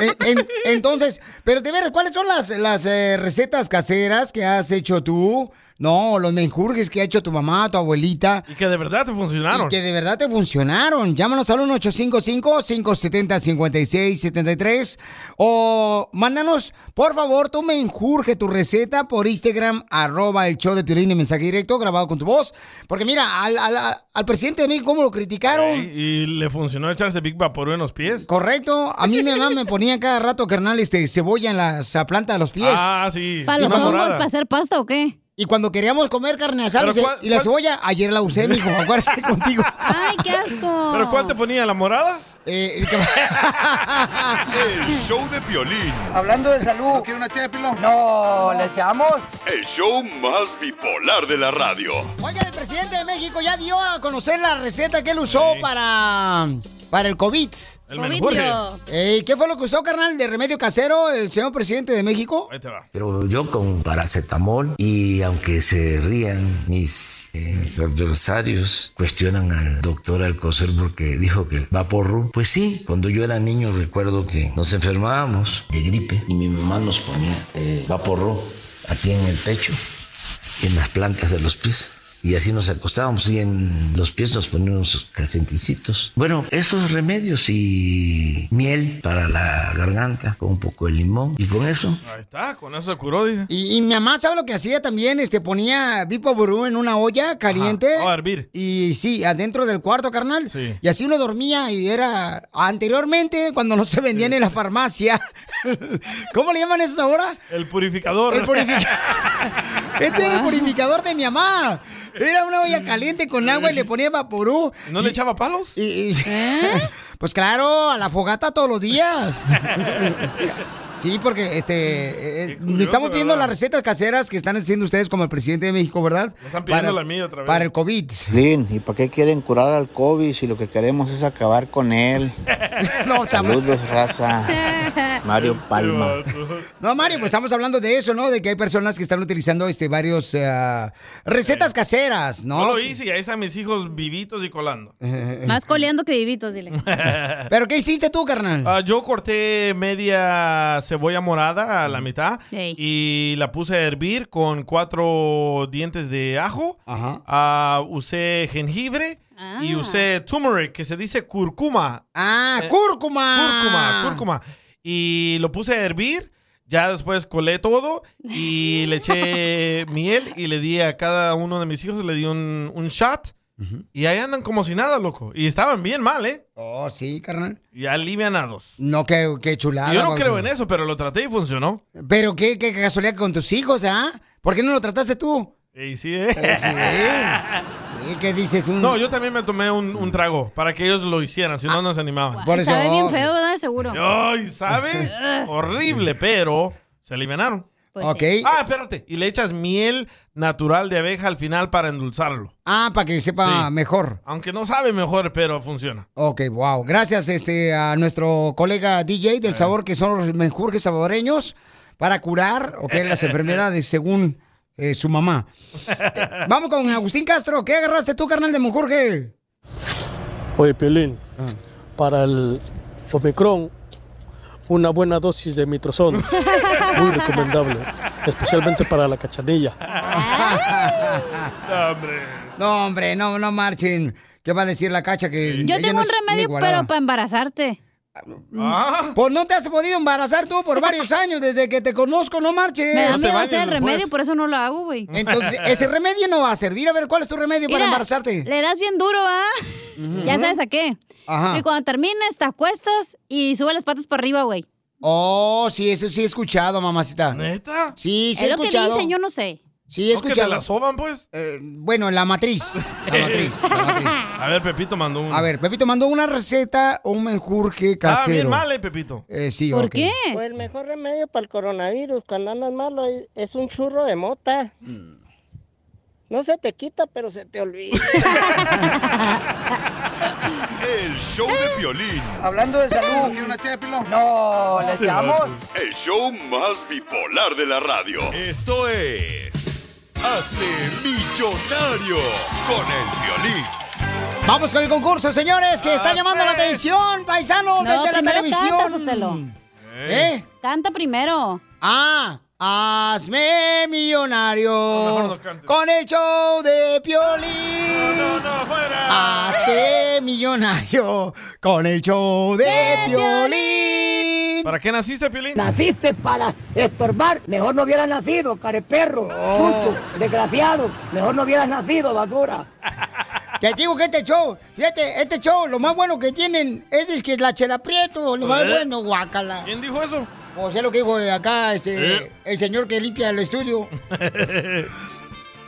S1: En- en- entonces, pero de veras, ¿cuáles son las, las eh, recetas caseras que has hecho tú? No, los menjurjes que ha hecho tu mamá, tu abuelita.
S2: Y que de verdad te funcionaron.
S1: Y que de verdad te funcionaron. Llámanos al 1-855-570-5673. O mándanos, por favor, tu menjurje, tu receta por Instagram, arroba el show de Piolín y mensaje directo grabado con tu voz. Porque mira, al, al- al presidente de México, ¿cómo lo criticaron?
S2: Y le funcionó echarse Big Vapor en los pies.
S1: Correcto. A mí mi mamá me ponía cada rato, carnal, este, cebolla en la sa- planta de los pies.
S2: Ah, sí.
S4: ¿Para los
S1: cuando-
S4: hongos, para hacer pasta o qué?
S1: Y cuando queríamos comer carne asada
S2: Pero
S1: y se-
S2: cuál-
S1: y la
S2: cuál-
S1: cebolla, ayer la usé, mijo, acuérdate contigo.
S4: ¡Ay, qué asco!
S2: ¿Pero cuál te ponía? ¿La morada?
S7: El show de Piolín.
S8: Hablando de salud. ¿No quiere una chépilo? No, ¿le echamos?
S16: El show más bipolar de la radio.
S1: Oiga, el presidente de México ya dio a conocer la receta que él usó para, para el COVID.
S2: El menjurje. Covidio.
S1: Ey, ¿Qué fue lo que usó, carnal, de remedio casero el señor presidente de México?
S2: Ahí te va.
S12: Pero yo con paracetamol y aunque se rían mis eh, adversarios, cuestionan al doctor Alcocer porque dijo que vaporru. Pues sí, cuando yo era niño recuerdo que nos enfermábamos de gripe y mi mamá nos ponía eh, vaporru aquí en el pecho, en las plantas de los pies. Y así nos acostábamos y en los pies nos poníamos calcenticitos. Bueno, esos remedios y miel para la garganta con un poco de limón. Y con eso
S2: Ahí está, con eso se curó, dice.
S1: Y, y mi mamá, ¿sabe lo que hacía también? Este, ponía Burú en una olla caliente.
S2: Oh, a hervir.
S1: Y sí, adentro del cuarto, carnal. Y así uno dormía y era anteriormente cuando no se vendían en la farmacia. ¿Cómo le llaman eso ahora?
S2: El purificador.
S1: El purificador. Este era el purificador de mi mamá. Era una olla caliente con agua y le ponía vaporú.
S2: Mm. Eh. ¿No le echaba palos? ¿Eh?
S1: Pues claro, a la fogata todos los días. Sí, porque este eh, estamos pidiendo
S2: ¿verdad?
S1: las recetas caseras que están haciendo ustedes como el presidente de México, ¿verdad?
S2: están pidiendo la mía otra vez.
S1: Para el COVID.
S17: Lin, ¿y para qué quieren curar al COVID si lo que queremos es acabar con él?
S1: No, estamos-
S17: Saludos, raza. Mario Palma.
S1: No, Mario, pues estamos hablando de eso, ¿no? De que hay personas que están utilizando este varios ah, recetas caseras,
S2: No,
S1: ¿no?
S2: lo hice y ahí están mis hijos vivitos y colando.
S4: Más coleando que vivitos, dile.
S1: ¿Pero qué hiciste tú, carnal?
S2: Ah, yo corté media cebolla morada a la mitad
S4: Ey.
S2: y la puse a hervir con cuatro dientes de ajo.
S1: Ajá.
S2: Ah, usé jengibre y usé turmeric, que se dice cúrcuma.
S1: Ah,
S2: Eh,
S1: cúrcuma.
S2: Cúrcuma, cúrcuma. Y lo puse a hervir. Ya después colé todo y le eché miel y le di a cada uno de mis hijos, le di un, un shot. Y ahí andan como si nada, loco. Y estaban bien mal, ¿eh?
S1: Oh, sí, carnal. pues,
S2: Y alivianados.
S1: No, qué, qué chulada.
S2: Yo no
S1: Pausa.
S2: creo en eso, pero lo traté y funcionó.
S1: Pero qué, qué casualidad con tus hijos, ¿ah? ¿Por qué no lo trataste tú?
S2: Y sí, ¿eh?
S1: Sí, sí, ¿qué dices? Un-
S2: No, yo también me tomé un, un trago para que ellos lo hicieran,
S1: Ah.
S2: si no, no se animaban.
S1: Por eso- Oh.
S4: Sabe bien feo, ¿verdad? Seguro.
S2: Ay, ¿sabe? Horrible, pero se alivianaron.
S4: Pues
S1: Ok.
S4: sí.
S2: Ah, espérate. Y le echas miel natural de abeja al final para endulzarlo.
S1: Ah, para que sepa
S2: Sí.
S1: mejor.
S2: Aunque no sabe mejor, pero funciona.
S1: Ok, wow. Gracias este, a nuestro colega DJ
S2: Eh.
S1: del sabor, que son los menjurjes salvadoreños, para curar ok, las enfermedades según eh, su mamá. Eh, vamos con Agustín Castro. ¿Qué agarraste tú, carnal de menjurje?
S15: Oye, Piolín,
S1: Ah.
S15: para el Omicron, una buena dosis de mitrozón, muy recomendable, especialmente para la cachanilla.
S2: No, hombre.
S1: No, hombre, no, no marchen. ¿Qué va a decir la cacha que
S4: Yo
S1: ella
S4: tengo
S1: no
S4: un
S1: es
S4: remedio,
S1: inigualada?
S4: pero para embarazarte.
S2: Ah.
S1: Pues no te has podido embarazar tú por varios años, desde que te conozco, no marches.
S4: Me da miedo hacer el remedio, por eso no lo hago, güey.
S1: Entonces, ese remedio no va a servir. A ver, ¿cuál es tu remedio para
S4: Mira,
S1: embarazarte?
S4: Le das bien duro, ¿ah? Ya sabes a qué.
S1: Ajá.
S4: Y cuando termines, te acuestas y sube las patas para arriba, güey.
S1: Oh, sí, eso sí he escuchado, mamacita.
S2: ¿Neta?
S1: Sí, sí
S4: es
S1: he
S4: lo que
S1: escuchado.
S4: dicen, yo no sé.
S1: Sí, he
S2: ¿No que te
S1: escuchado.
S2: la soban, pues?
S1: bueno, la matriz. La matriz.
S2: A ver, Pepito mandó un.
S1: A ver, Pepito mandó una receta, un menjurje
S2: Está Ah, bien
S1: casero.
S2: mal, eh, Pepito.
S1: Eh, sí, ok.
S18: Pues el mejor remedio para el coronavirus cuando andas malo es- es un churro de mota.
S1: Mm.
S18: No se te quita, pero se te olvida.
S7: El show de violín.
S8: Hablando de salud. ¿Quieres una No, le echamos.
S16: El show más bipolar de la radio.
S7: Esto es. Hazte millonario con el violín.
S1: Vamos con el concurso, señores, que
S2: Ah,
S1: está llamando la atención, paisanos,
S4: No,
S1: desde la
S4: primero
S1: televisión.
S4: cantas, Otelo.
S1: ¿Eh?
S4: Canta primero.
S1: Ah, hazme millonario con el show de Piolín. No, no, no, fuera. Hazte millonario con el show de, Piolín.
S2: ¿Para qué naciste, Piolín?
S8: Naciste para estorbar. Mejor no hubieras nacido, careperro. Chucho, desgraciado. Mejor no hubieras nacido, basura.
S1: Te digo que este show, fíjate, este show, lo más bueno que tienen es, es que la chela prieto, lo más
S9: ¿Eh?
S1: bueno, guácala.
S2: ¿Quién dijo eso?
S1: O sea, lo que dijo acá este,
S2: ¿Eh?
S1: el señor que limpia el estudio.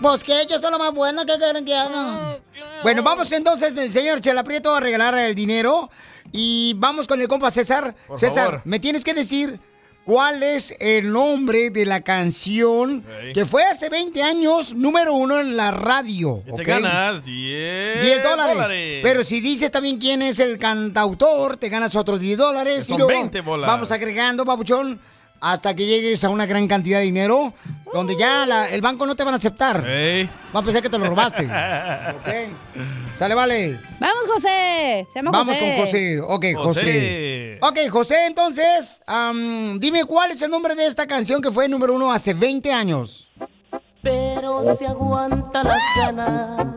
S1: Pues que ellos son lo más bueno que quieren que
S2: Ah,
S1: hagan. Bueno, vamos entonces, eh, señor Chela Prieto, a regalar el dinero. Y vamos con el compa César.
S9: Por
S1: César,
S9: favor.
S1: me tienes que decir cuál es el nombre de la canción
S2: Ok.
S1: que fue hace 20 años número uno en la radio.
S2: Te
S1: ¿ok?
S2: ganas 10,
S1: 10 dólares. Pero si dices también quién es el cantautor, te ganas otros 10 dólares.
S2: son
S1: y luego
S2: 20 bolas.
S1: Vamos agregando, babuchón, hasta que llegues a una gran cantidad de dinero, donde ya la- el banco no te van a aceptar. Va a pensar que te lo robaste. ¿Eh? Sale, vale.
S4: Vamos, José. Se llama
S1: Vamos
S4: José.
S1: con José. Ok, José. Ok, José, entonces, am, dime cuál es el nombre de esta canción que fue número uno hace 20 años.
S13: pero se aguanta las ganas.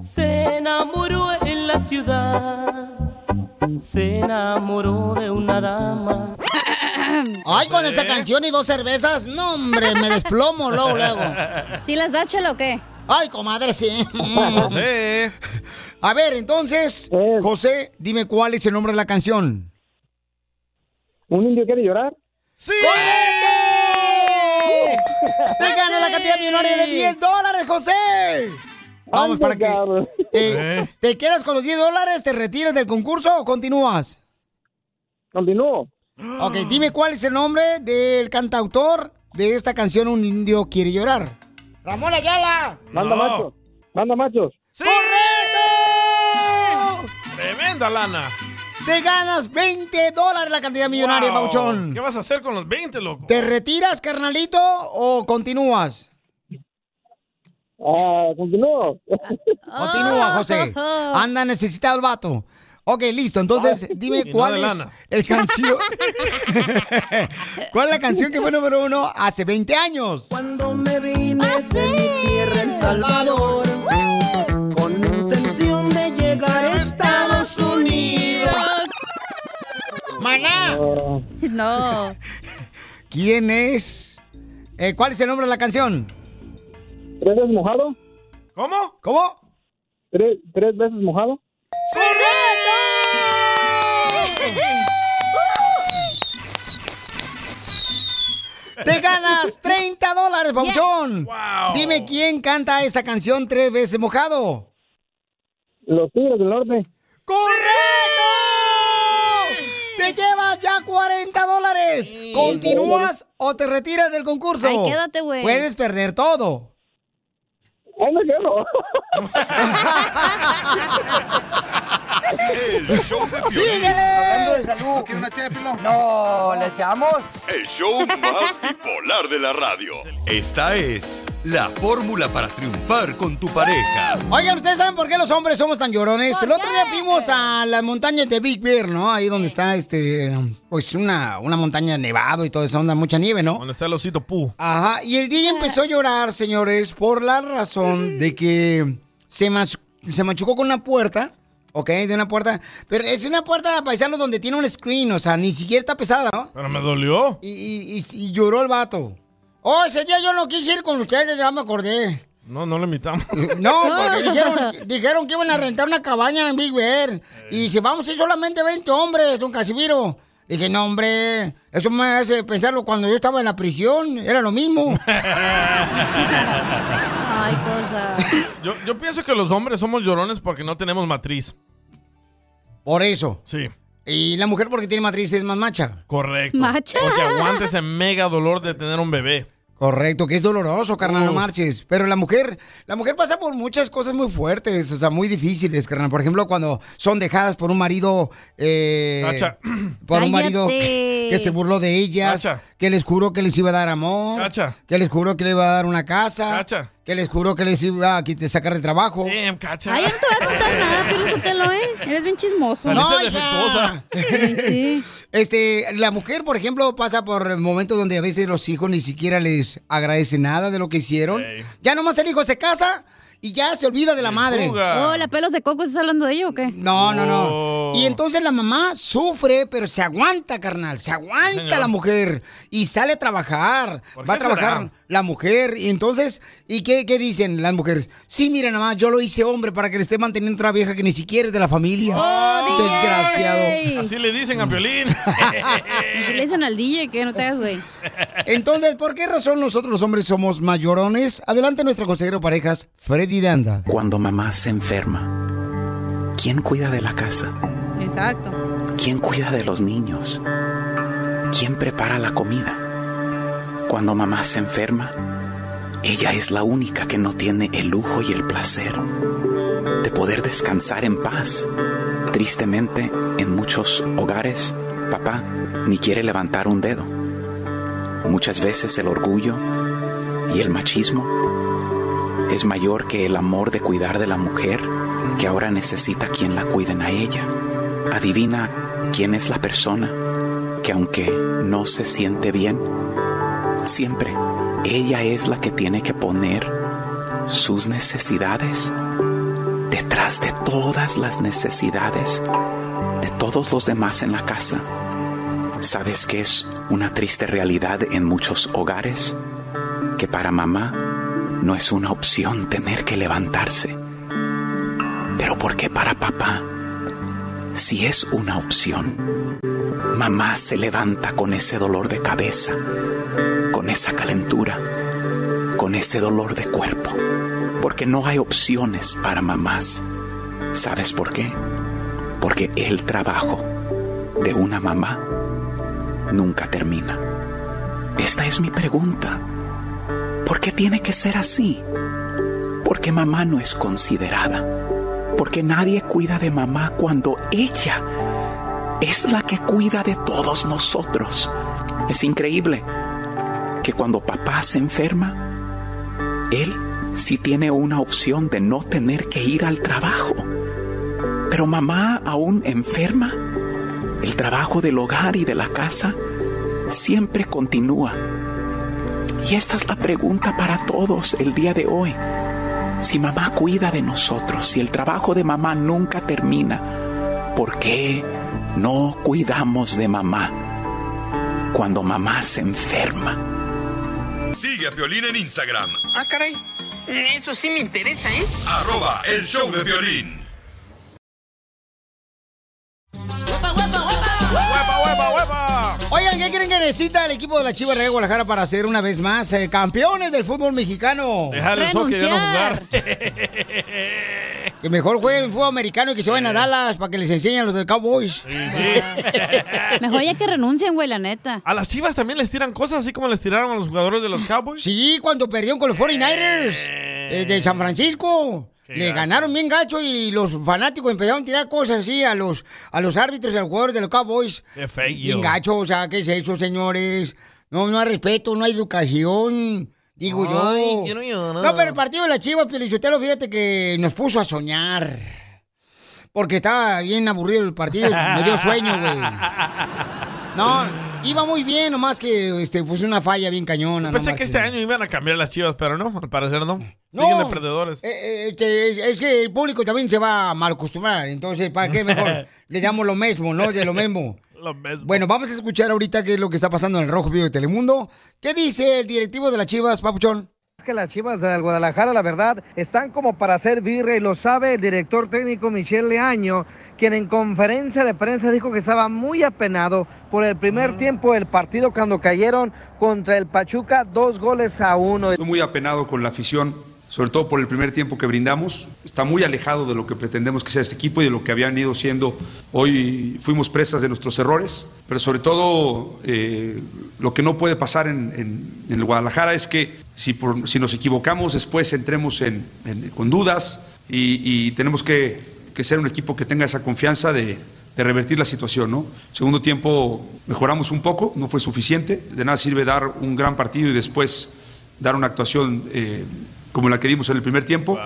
S13: Se enamoró en la ciudad, se enamoró de una dama.
S1: Ay, con esta canción y dos cervezas. No, hombre, me desplomo luego, luego.
S4: ¿Sí las da chela o qué?
S1: Ay, comadre, sí. A ver, entonces,
S19: Pues-
S1: José, dime cuál es el nombre de la canción.
S19: ¿Un indio quiere llorar?
S2: ¡Sí!
S1: ¡Te gana la cantidad millonaria de 10 dólares, José! Vamos, para que... eh, ¿Te quedas con los 10 dólares, te retiras del concurso o continúas?
S19: Continúo.
S1: Ok, dime cuál es el nombre del cantautor de esta canción Un indio quiere llorar. ¡Ramón Ayala!
S19: Manda machos. Manda machos.
S1: ¡Correcto!
S2: Tremenda lana.
S1: Te ganas 20 dólares la cantidad millonaria,
S2: Wow.
S1: Pauchón.
S2: ¿Qué vas a hacer con los 20, loco?
S1: ¿Te retiras, carnalito, o continúas?
S19: Ah, continúo.
S1: Continúa, José. Anda necesitado el vato. Ok, listo.
S19: Ah.
S1: Entonces, dime
S2: Y no
S1: cuál
S2: de
S1: es
S2: lana.
S1: el canción. ¿Cuál es la canción que fue número uno hace 20 años?
S13: Cuando me vine de mi tierra, El Salvador, con intención de llegar a Estados Unidos.
S1: ¡Maná!
S19: Ah.
S4: No.
S1: ¿Quién es? Eh, ¿Cuál es el nombre de la canción?
S19: ¿Tres veces mojado?
S2: ¿Cómo?
S1: ¿Cómo?
S19: ¿Tres, tres veces mojado?
S1: ¡Te ganas 30 dólares, Pauchón! Dime quién canta esa canción tres veces mojado.
S19: Los tigres del norte.
S1: ¡Correcto! ¡Te llevas ya 40 dólares! ¿Continúas o te retiras del concurso?
S4: Ay, quédate, güey.
S1: Puedes perder todo.
S7: El show de violín.
S8: Hablando de salud. ¿Quieres una No, le echamos.
S16: El show más bipolar de la radio.
S7: Esta es la fórmula para triunfar con tu pareja.
S1: Oigan, ¿ustedes saben por qué los hombres somos tan llorones? El otro día fuimos a las montañas de Big Bear, ¿no? Ahí donde está, este, pues una, una montaña nevado y todo eso, onda mucha nieve, ¿no?
S2: ¿Dónde está el osito Pú?
S1: Ajá, y el DJ empezó a llorar, señores, por la razón de que se, mas- se machucó con una puerta, ¿ok? Ok, de una puerta. Pero es una puerta paisano donde tiene un screen, o sea, ni siquiera está pesada, ¿no?
S2: Pero me dolió.
S1: Y, y- y- y lloró el vato. Oh, ese día yo no quise ir con ustedes, ya me acordé.
S2: No, no lo invitamos.
S1: No, porque dijeron, dijeron que iban a rentar una cabaña en Big Bear. Y si vamos a ir solamente 20 hombres, don Casimiro. Dije, no, hombre, eso me hace pensarlo cuando yo estaba en la prisión, era lo mismo.
S4: Ay, cosa.
S2: Yo, yo pienso que los hombres somos llorones porque no tenemos matriz.
S1: Por eso.
S2: Sí.
S1: Y la mujer porque tiene matriz es más macha.
S2: Correcto.
S1: Macha.
S2: Porque aguanta ese mega dolor de tener un bebé.
S1: Correcto, que es doloroso, carnal, no
S2: Uf.
S1: marches. Pero la mujer, la mujer pasa por muchas cosas muy fuertes, o sea, muy difíciles, carnal. Por ejemplo, cuando son dejadas por un marido, eh,
S2: Cacha.
S1: por un marido
S2: Cállate.
S1: que, se burló de ellas,
S2: Cacha.
S1: que les juró que les iba a dar amor,
S2: Cacha.
S1: que les juró que les iba a dar una casa,
S2: Cacha.
S1: que les juró que les iba a quit- sacar de trabajo.
S2: Damn, cacha.
S4: Ay, yo no te voy a contar nada, Piolín Sotelo, ¿eh? Eres bien chismoso.
S1: No, hija.
S4: Ay,
S1: Este, la mujer, por ejemplo, pasa por momentos donde a veces los hijos ni siquiera les agradecen nada de lo que hicieron. Ya nomás el hijo se casa y ya se olvida de la madre.
S4: Oh, la pelos de coco, ¿estás hablando de ello o qué?
S1: No, no,
S2: Oh.
S1: no. Y entonces la mamá sufre, pero se aguanta, carnal. Se
S4: Sí,
S1: aguanta
S4: señor.
S1: la mujer y sale a trabajar.
S4: ¿Por
S1: Va a
S4: qué
S1: trabajar
S4: será?
S1: la mujer. Y entonces, ¿y qué, qué dicen las mujeres? Sí, mira, nada más, yo lo hice hombre para que le esté manteniendo otra vieja que ni siquiera es de la familia.
S4: Oh,
S1: Oh, Desgraciado.
S2: Así le dicen a Piolín.
S4: Y si le dicen al DJ que no te hagas, güey.
S1: Entonces, ¿por qué razón nosotros los hombres somos mayorones? Adelante nuestro consejero parejas, Freddy Danda.
S20: Cuando mamá se enferma, ¿quién cuida de la casa?
S4: Exacto.
S20: ¿Quién cuida de los niños? ¿Quién prepara la comida? Cuando mamá se enferma, ella es la única que no tiene el lujo y el placer de poder descansar en paz. Tristemente, en muchos hogares, papá ni quiere levantar un dedo. Muchas veces el orgullo y el machismo es mayor que el amor de cuidar de la mujer que ahora necesita quien la cuiden a ella. Adivina quién es la persona que aunque no se siente bien, siempre ella es la que tiene que poner sus necesidades detrás de todas las necesidades de todos los demás en la casa. ¿Sabes que es una triste realidad en muchos hogares? Que para mamá no es una opción tener que levantarse. Pero ¿por qué para papá? Si es una opción. Mamá se levanta con ese dolor de cabeza, con esa calentura, con ese dolor de cuerpo, porque no hay opciones para mamás. ¿Sabes por qué? Porque el trabajo de una mamá nunca termina. Esta es mi pregunta. ¿Por qué tiene que ser así? ¿Por qué mamá no es considerada? ¿Por qué nadie cuida de mamá cuando ella es la que cuida de todos nosotros? Es increíble que cuando papá se enferma, él sí tiene una opción de no tener que ir al trabajo. Pero mamá aún enferma, el trabajo del hogar y de la casa siempre continúa. Y esta es la pregunta para todos el día de hoy. Si mamá cuida de nosotros, si el trabajo de mamá nunca termina, ¿por qué no cuidamos de mamá cuando mamá se enferma?
S7: Sigue a Piolín en Instagram,
S12: Ah, caray. Eso sí me interesa, ¿eh?
S7: arroba el show de violín.
S1: Oigan, ¿qué creen que necesita el equipo de la Chivas Real de Guadalajara para ser una vez más eh, campeones del fútbol mexicano?
S2: Dejar el soccer y ya no jugar.
S1: Que mejor jueguen fútbol americano y que se vayan a Dallas para que les enseñen los del Cowboys.
S4: Mejor ya que renuncien, güey, la neta.
S2: A las chivas también les tiran cosas así como les tiraron a los jugadores de los Cowboys.
S1: Mm. Sí, cuando perdieron con los 49ers eh, de San Francisco. Le ganaron bien gacho y los fanáticos empezaron a tirar cosas así a los, a los árbitros y a los jugadores de los Cowboys.
S2: Qué feo.
S1: Bien gacho, o sea, ¿qué es eso, señores? No, no hay respeto, no hay educación. Digo
S2: Ay,
S1: yo.
S2: quiero llorar.
S1: No, pero el partido de la Chivas, Pelichotero, fíjate que nos puso a soñar.
S2: Ah,
S1: Porque estaba bien aburrido el partido, me dio sueño, güey. No, Iba muy bien, nomás que este, pues una falla bien cañona.
S2: Pensé
S1: nomás
S2: que este año iban a cambiar las chivas, pero no, al parecer no. Siguen de perdedores.
S1: eh, eh, que es- es que el público también se va a mal acostumbrar, entonces, ¿para qué mejor le damos lo mismo, no? De lo mismo.
S2: Lo mismo.
S1: Bueno, vamos a escuchar ahorita qué es lo que está pasando en el Rojo Vivo de Telemundo. ¿Qué dice el directivo de las Chivas, Papuchón?
S14: Es que las chivas del Guadalajara, la verdad, están como para hacer birra y lo sabe el director técnico Michel Leaño, quien en conferencia de prensa dijo que estaba muy apenado por el primer
S2: Mm.
S14: tiempo del partido cuando cayeron contra el Pachuca dos goles a uno.
S21: Estoy muy apenado con la afición, sobre todo por el primer tiempo que brindamos. Está muy alejado de lo que pretendemos que sea este equipo y de lo que habían ido siendo. Hoy fuimos presas de nuestros errores, pero sobre todo eh, lo que no puede pasar en, en- en el Guadalajara es que si, por- si nos equivocamos después entremos en- en- con dudas y, y tenemos que, que ser un equipo que tenga esa confianza de, de revertir la situación, ¿no? Segundo tiempo mejoramos un poco, no fue suficiente. De nada sirve dar un gran partido y después dar una actuación eh, como la que dimos en el primer tiempo,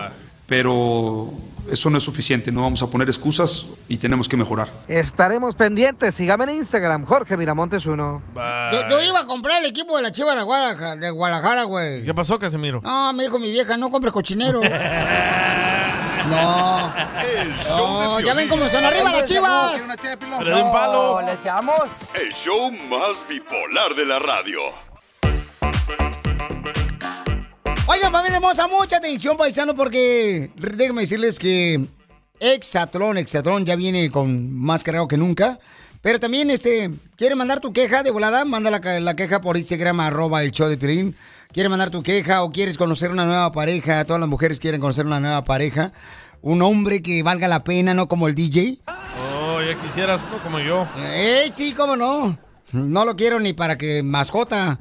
S21: pero eso no es suficiente, no vamos a poner excusas y tenemos que mejorar.
S14: Estaremos pendientes, sígame en Instagram, Jorge Miramontes uno.
S1: Yo, yo iba a comprar el equipo de la Chivas de Guadalajara, de Guadalajara, güey.
S2: ¿Qué pasó, Casimiro?
S1: No, me dijo mi vieja, no compres cochinero. No. No, Oh, ya ven cómo son arriba las chivas.
S16: Pero de un palo.
S19: ¿Le echamos?
S16: El show más bipolar de la radio.
S1: Oigan, familia hermosa, mucha atención, paisano, porque déjenme decirles que Exatlón, Exatlón ya viene con más cargado que nunca. Pero también, este, ¿quiere mandar tu queja de volada? Manda la, ca- la queja por Instagram, arroba el show de Piolín. ¿Quiere mandar tu queja o quieres conocer una nueva pareja? Todas las mujeres quieren conocer una nueva pareja. Un hombre que valga la pena, no como el DJ.
S2: Oh, ya quisieras uno como yo.
S1: ¡Eh, sí, cómo no! No lo quiero ni para que mascota.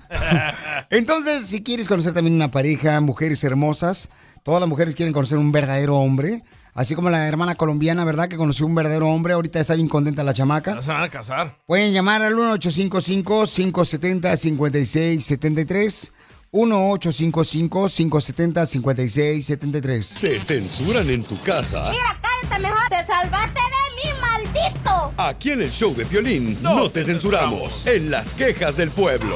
S1: Entonces, si quieres conocer también una pareja, mujeres hermosas, todas las mujeres quieren conocer un verdadero hombre. Así como la hermana colombiana, ¿verdad? Que conoció un verdadero hombre, ahorita está bien contenta la chamaca.
S2: Ya se van a casar.
S1: Pueden llamar al 1855-570-5673. 1855-570-5673.
S7: Te censuran en tu casa.
S5: cállate mejor. Te salvaste de mí, maldito.
S7: Aquí en el show de violín no, te censuramos. En las quejas del pueblo.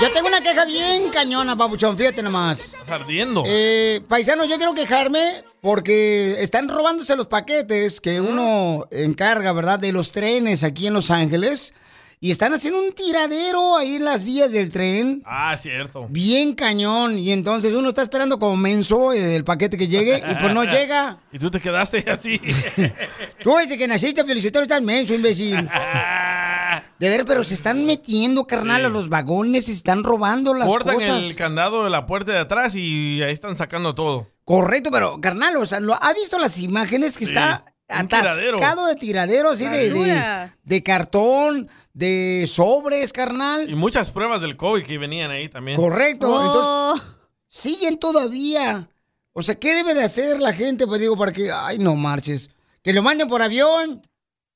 S1: Yo tengo una queja bien cañona, papuchón, fíjate nomás.
S2: Estás ardiendo.
S1: Eh, paisanos, yo quiero quejarme porque están robándose los paquetes que uno encarga, ¿verdad? De los trenes aquí en Los Ángeles. Y están haciendo un tiradero ahí en las vías del tren.
S2: Ah, cierto.
S1: Bien cañón. Y entonces uno está esperando como menso eh, el paquete que llegue y pues no llega.
S2: Y tú te quedaste así.
S1: Tú desde que naciste, felicitero, estás menso, imbécil. De ver, pero se están metiendo, carnal, a los vagones, se están robando las
S2: Cortan
S1: cosas.
S2: el candado de la puerta de atrás y ahí están sacando todo.
S1: Correcto, pero carnal, o sea, ¿lo, ¿has visto las imágenes que está
S2: un
S1: atascado
S2: tiradero.
S1: de tiradero, así de, de,
S2: Basura.
S1: de cartón, de sobres, carnal?
S2: Y muchas pruebas del COVID que venían ahí también.
S1: Correcto,
S4: Oh.
S2: Oh.
S1: entonces siguen todavía. O sea, ¿qué debe de hacer la gente? Pues digo, para que, ay, no marches, que lo manden por avión.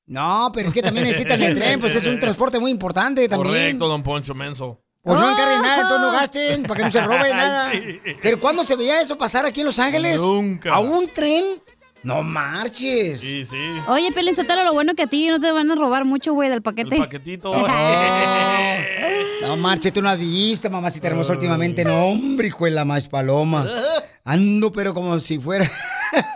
S1: No, pero es que también necesitan el tren, pues es un transporte muy importante también.
S2: Correcto, don Poncho Menso. Ah,
S1: Pues no encarguen nada, entonces no gasten, para que no se roben
S2: Ay,
S1: nada.
S2: sí.
S1: Pero ¿cuándo se veía eso pasar aquí en Los Ángeles?
S2: Nunca.
S1: ¿A un tren? No marches.
S2: Sí, sí.
S4: Oye, Pelín Sotelo, lo bueno que a ti no te van a robar mucho, güey, del paquete.
S2: paquetito.
S1: No marches, tú no has visto, mamacita hermosa, últimamente. No, hombre, hijo de la más paloma. Ando, pero como si fuera.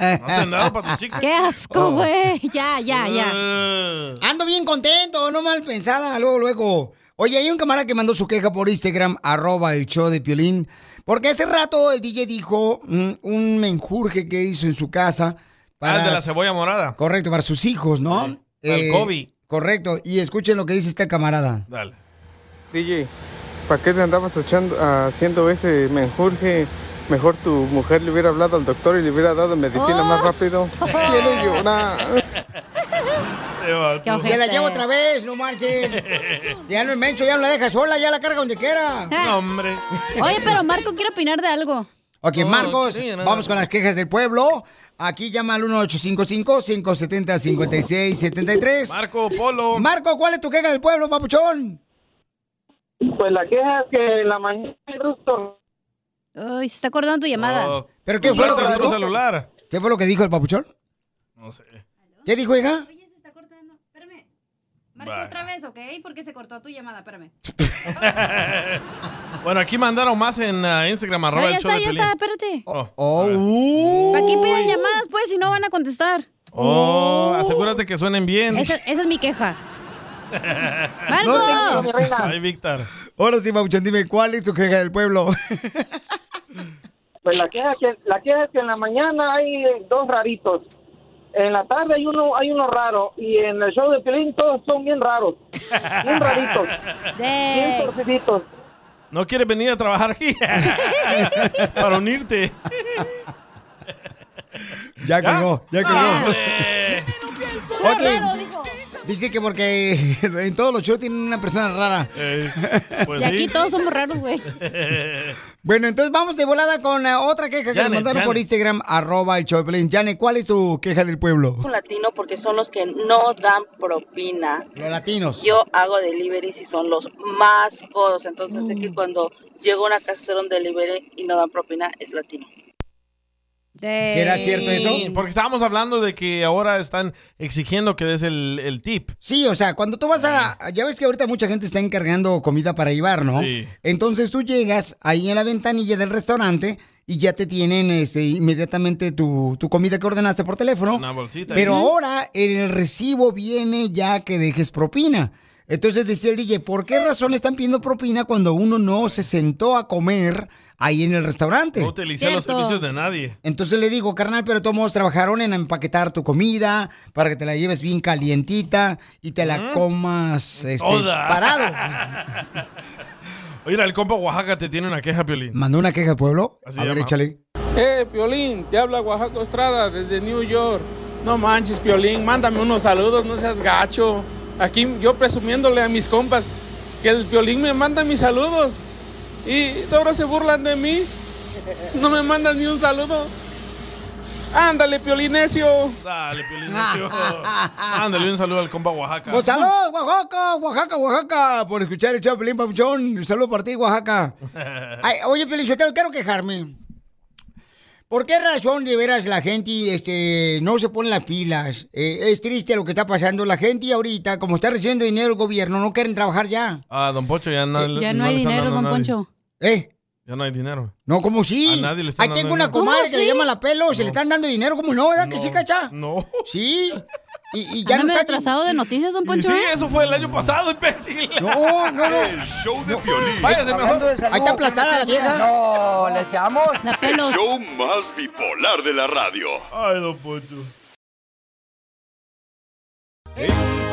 S1: ¿No
S2: te han dado pa' tu chica? Oh. Ah.
S4: Qué
S1: Oh.
S4: asco, güey. Ya, ya, ya.
S2: Eh.
S1: Ando bien contento, no mal pensada, luego, luego. Oye, hay un camarada que mandó su queja por Instagram, arroba el show de Piolín, porque hace rato el DJ dijo mm, un menjurje que hizo en su casa para...
S2: Ah, el de la cebolla morada.
S1: Correcto, para sus hijos, ¿no? Eh,
S2: Para el COVID.
S1: Correcto, y escuchen lo que dice este camarada.
S2: Dale.
S3: DJ, ¿para qué le andabas echando- haciendo ese menjurje? Mejor tu mujer le hubiera hablado al doctor y le hubiera dado medicina más
S22: Oh.
S3: rápido. Quiero llorar.
S2: Eh,
S1: Se la llevo otra vez, no marches. Ya no es mencho, ya no la deja sola, ya la carga donde quiera.
S2: No, hombre.
S4: Eh. Oye, pero Marco quiere opinar de algo.
S1: Ok,
S4: No,
S1: Marcos,
S4: sí, nada.
S1: vamos con las quejas del pueblo. Aquí llama al 1855-570-5673.
S2: Marco Polo.
S1: Marco, ¿cuál es tu queja del pueblo, papuchón?
S3: Pues la queja es que en la mañana el ruso.
S4: Uy, se está acordando tu llamada.
S1: ¿Pero qué fue lo que
S2: Marco,
S1: dijo?
S2: tu Oh, celular.
S1: ¿Qué fue lo que dijo el papuchón?
S2: No sé.
S1: ¿Qué dijo, hija?
S4: Marca
S2: Bye.
S4: otra vez, ¿ok? Porque se cortó tu llamada, espérame.
S2: bueno, aquí mandaron más en ah, Instagram, arroba
S4: No, ya
S2: el show
S4: está,
S2: de
S4: ya
S2: Piolín.
S4: está, espérate.
S2: Oh,
S1: uh.
S4: Aquí Uh. piden llamadas, pues, si no van a contestar.
S2: Oh, asegúrate que suenen bien.
S4: Esa, esa es mi queja.
S2: No te-
S4: ¡Marco!
S2: Ay, Víctor.
S1: Ahora sí, Mauchón, dime, ¿cuál es tu queja del pueblo?
S13: Pues la queja, es que, la queja es que en la mañana hay dos raritos. En la tarde hay uno hay uno raro. Y en el show de Pelín todos son bien raros. Bien raritos. Bien torciditos.
S2: ¿No quieres venir a trabajar aquí? Para unirte.
S1: Ya colgó,
S2: Ah,
S1: ya colgó.
S4: Claro,
S1: Ok.
S4: Ah, claro, dijo.
S1: Dice que porque en todos los shows tienen una persona rara.
S4: Eh, y aquí todos somos raros, güey.
S1: Bueno, entonces vamos de volada con la otra queja que
S4: Janet,
S1: nos mandaron por
S4: Janet.
S1: Instagram, arroba el Choplin. Jane, ¿cuál es tu queja del pueblo?
S23: Un latino porque son los que no dan propina.
S1: Los latinos.
S23: Yo hago deliveries y son los más codos. Entonces sé que cuando llega una casa a hacer un delivery y no dan propina, es latino.
S13: Eh.
S1: ¿Será cierto eso?
S2: Porque estábamos hablando de que ahora están exigiendo que des el, el tip.
S1: Sí, o sea, cuando tú vas a... Ya ves que ahorita mucha gente está encargando comida para llevar, ¿no?
S2: Sí.
S1: Entonces tú llegas ahí en la ventanilla del restaurante y ya te tienen este, inmediatamente tu, tu comida que ordenaste por teléfono.
S2: Una bolsita.
S1: Pero
S2: Ujú.
S1: ahora el recibo viene ya que dejes propina. Entonces decía el DJ, ¿por qué razón le están pidiendo propina cuando uno no se sentó a comer ahí en el restaurante?
S2: No utilicé los servicios de nadie.
S1: Entonces le digo, carnal, pero todos modos trabajaron en empaquetar tu comida para que te la lleves bien calientita y te la comas este,
S2: Toda.
S1: parado.
S2: Oye, el compa Oaxaca te tiene una queja, Piolín.
S1: Mandó una queja al pueblo.
S2: Así
S1: a ver,
S2: llama.
S1: échale.
S22: Eh, Piolín, te habla Oaxaco Estrada desde New York. No manches, Piolín, mándame unos saludos, no seas gacho. Aquí yo presumiéndole a mis compas que el Piolín me manda mis saludos. Y ahora se burlan de mí. No me mandan ni un saludo. Ándale, Piolinesio.
S2: Dale, Piolín.
S13: Ah.
S2: necio. Ándale un saludo al compa Oaxaca.
S1: Pues saludos, Oaxaca, Oaxaca, Oaxaca, por escuchar el show, Pelín Papuchón. Un saludo para ti, Oaxaca. Ay, oye, Pelín, yo quiero quejarme. ¿Por qué razón de veras la gente este, no se pone las pilas? Eh, es triste lo que está pasando. La gente ahorita, como está recibiendo dinero el gobierno, no quieren trabajar ya.
S2: Ah, don Poncho, ya, no,
S1: Eh, Ya no
S2: le
S1: hay
S2: están
S1: dinero,
S2: dando a
S1: don
S2: nadie.
S1: Poncho. ¿Eh?
S2: Ya no hay dinero.
S1: No, ¿cómo sí?
S2: A nadie le están
S1: Ahí tengo
S2: dando
S1: una
S2: dinero.
S1: comadre que le
S2: ¿Cómo sí?
S1: llama la pelo, se le están dando dinero, ¿cómo no? ¿Verdad que sí, cacha?
S2: No.
S1: Sí. Y, y ya
S4: Ándame
S1: no está
S4: retrasado de noticias, don Poncho.
S2: sí, eso fue el año pasado, imbécil.
S1: No, no, no.
S24: El show de Piolín.
S2: Váyase mejor.
S1: Ahí está aplastada la vieja.
S8: No, le echamos.
S16: El show más bipolar de la radio.
S2: Ay, don Poncho.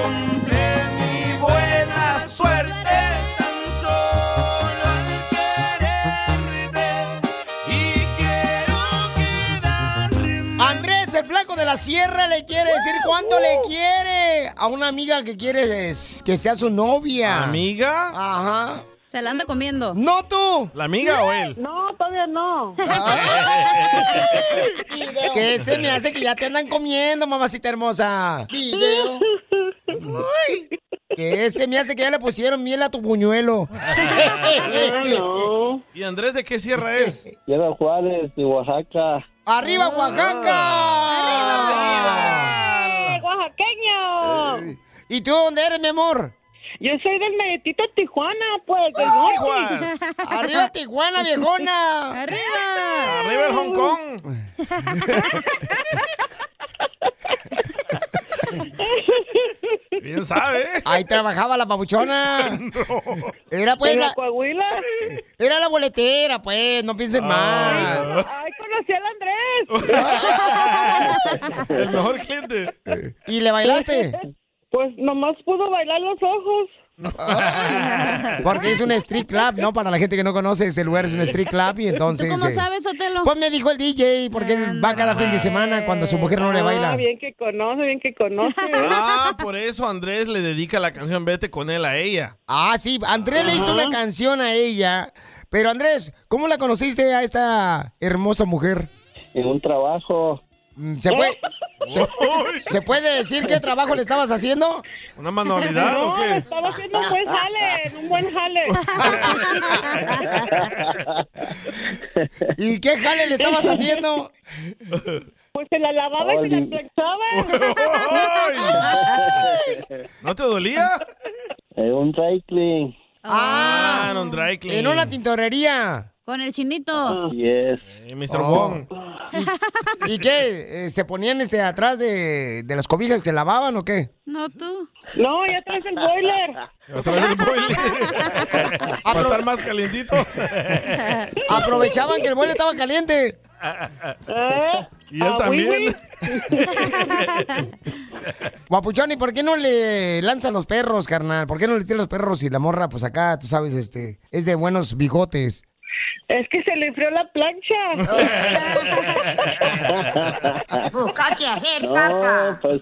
S25: mi buena suerte tan solo al quererte y
S1: Andrés, el flaco de la sierra, le quiere decir cuánto
S2: Uh.
S1: le quiere a una amiga que quiere es- que sea su novia.
S2: ¿Amiga?
S1: Ajá.
S4: Se la anda comiendo.
S1: No tú.
S2: ¿La amiga o él?
S4: No, todavía no.
S1: Ah. Que se me hace que ya te andan comiendo, mamacita hermosa. Video. Ay. Que se me hace que ya le pusieron miel a tu buñuelo.
S2: ¿Y Andrés de qué sierra es?
S13: Quiero Juárez y Oaxaca.
S1: ¡Arriba, Oaxaca!
S13: ¡Eh, ¡Oaxaqueño!
S1: ¿Y tú dónde eres, mi amor?
S13: Yo soy del Meritito Tijuana, pues,
S1: del Ay, norte. Juan. Arriba Tijuana, viejona.
S4: Arriba.
S2: Arriba el Hong Kong. Bien sabe.
S1: Ahí trabajaba la papuchona. Era pues
S13: ¿En la
S1: la... Era la boletera, pues, no
S2: Ah.
S1: pienses mal.
S13: ¡Ay, conocí al Andrés!
S2: El mejor cliente.
S1: ¿Y le bailaste?
S13: Pues nomás pudo bailar los ojos.
S1: Porque es un street club, ¿no? Para la gente que no conoce, ese lugar es un street club y entonces...
S4: ¿Tú cómo
S1: eh,
S4: sabes, Otelo?
S1: Pues me dijo el DJ, porque él va cada fin de semana cuando su mujer no le baila.
S13: Ah, bien que conoce, bien que conoce.
S2: Ah, por eso Andrés le dedica la canción Vete con él a ella.
S1: Ah, sí, Andrés le hizo una canción a ella. Pero Andrés, ¿cómo la conociste a esta hermosa mujer?
S13: En un trabajo.
S1: Mm, ¿Se puede, se, se puede decir qué trabajo le estabas haciendo?
S2: ¿Una
S13: no, estaba haciendo un buen jale, un buen jale.
S1: ¿Y qué jale le estabas haciendo?
S13: Pues se la lavaba y se la
S11: Ay.
S13: planchaba.
S2: ¿No te dolía?
S11: Eh, un cycling.
S2: Ah, en un dry clean.
S1: En una tintorería.
S4: Oh. Con el chinito.
S1: Ah.
S11: Yes.
S2: Mr.
S1: Wong. ¿Y, y qué? eh, ¿Se ponían este atrás de, de las cobijas que lavaban o qué?
S4: No tú.
S13: No, ya traes el boiler.
S2: Para estar más calientito.
S1: Aprovechaban que el vuelo estaba caliente.
S2: ¿Eh? Y
S13: Ah,
S2: él también.
S1: Guapuchón, ¿y por qué no le lanzan los perros, carnal? ¿Por qué no le tiran los perros y la morra, pues acá, tú sabes, este, es de buenos bigotes?
S13: Es que se le enfrió la plancha.
S11: Busca qué hacer, No, papá. pues,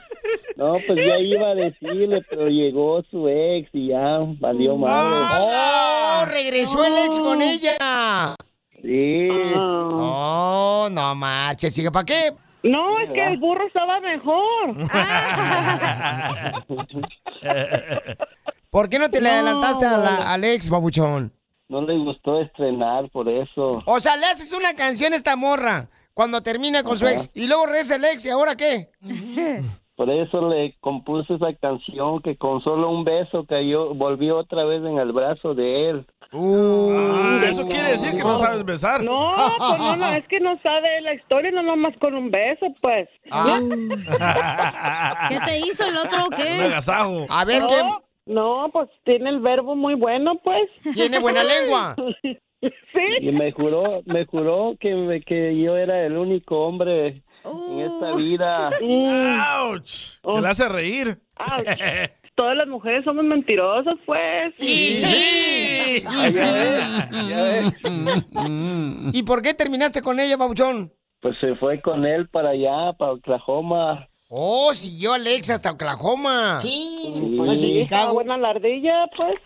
S11: no, pues ya iba a decirle, pero llegó su ex y ya valió madre.
S1: ¡Oh! Regresó el ex con ella.
S11: Sí.
S13: Ah.
S1: Oh, no marches. ¿Sigue para qué?
S13: No, es que el burro estaba mejor.
S1: ¿Por qué no te le
S11: No.
S1: adelantaste a la, al ex, babuchón?
S11: No le gustó estrenar por eso.
S1: O sea, le haces una canción a esta morra cuando termina con su
S11: Ajá.
S1: ex y luego regresa el ex y ahora qué?
S11: Por eso le compuse esa canción que con solo un beso cayó, volvió otra vez en el brazo de él.
S2: Ah, Eso quiere decir que no sabes besar.
S13: No, pues no, no, es que no sabe la historia, no nomás con un beso, pues.
S2: ¿Qué
S13: hizo el otro o qué?
S2: Un agasajo.
S1: Ah,
S13: A
S2: ver,
S13: no,
S2: ¿qué?
S13: No, pues tiene el verbo muy bueno, pues.
S1: Tiene buena lengua.
S11: Y me juró, me juró que, me- que yo era el único hombre en esta vida.
S2: ¡Auch! Que le hace reír.
S13: Todas las mujeres somos mentirosas, pues.
S1: Sí, sí. ¿Y por qué terminaste con ella, babuchón?
S11: Pues se fue con él para allá, para Oklahoma.
S1: Oh, siguió al ex hasta Oklahoma. Sí. Pues en
S13: Estaba
S1: Chicago.
S13: buena la ardilla, pues.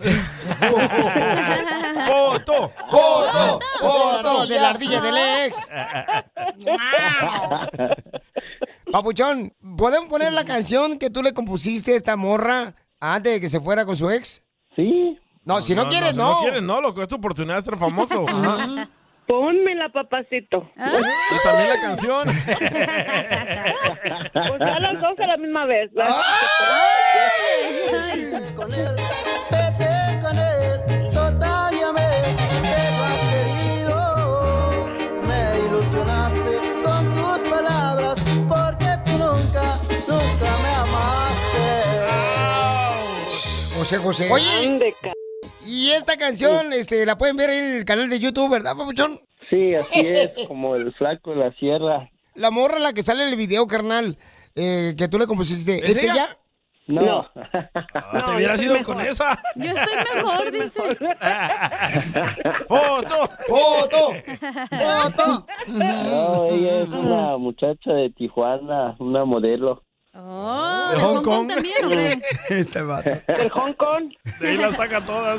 S2: ¡Foto!
S1: ¡Foto! ¡Foto de la ardilla del ex! Papuchón, ¿podemos poner la canción que tú le compusiste a esta morra antes de que se fuera con su ex?
S11: Sí.
S1: No, si no, quieres,
S2: si
S1: no.
S2: no quieres, no, loco. Es tu oportunidad de ser famoso.
S13: Pónmela, papacito.
S2: Y también la canción.
S13: Pues a las dos a la misma vez. ¿va?
S16: con él, vete con él, todavía me te lo has querido. Me ilusionaste con tus palabras, porque tú nunca, nunca me amaste.
S1: José José. Oye. Y esta canción, este, la pueden ver en el canal de YouTube, ¿verdad, Papuchón?
S11: Sí, así es, como el flaco de la sierra.
S1: La morra la que sale en el video, carnal, eh, que tú le compusiste. ¿Es,
S11: ¿Es ella?
S1: ella?
S11: No. Ah,
S1: No.
S2: Ah, te hubieras ido con esa.
S4: Yo estoy mejor, dice.
S2: ¡Foto!
S1: ¡Foto!
S4: ¡Foto!
S11: No, ella es una muchacha de Tijuana, una modelo.
S13: Ah,
S4: Oh,
S11: ¿De
S4: ¿de
S11: Hong
S4: Hong Kong
S11: Kong?
S4: también, o qué?
S11: Este vato.
S13: Del Hong Kong.
S2: De ahí la saca todas.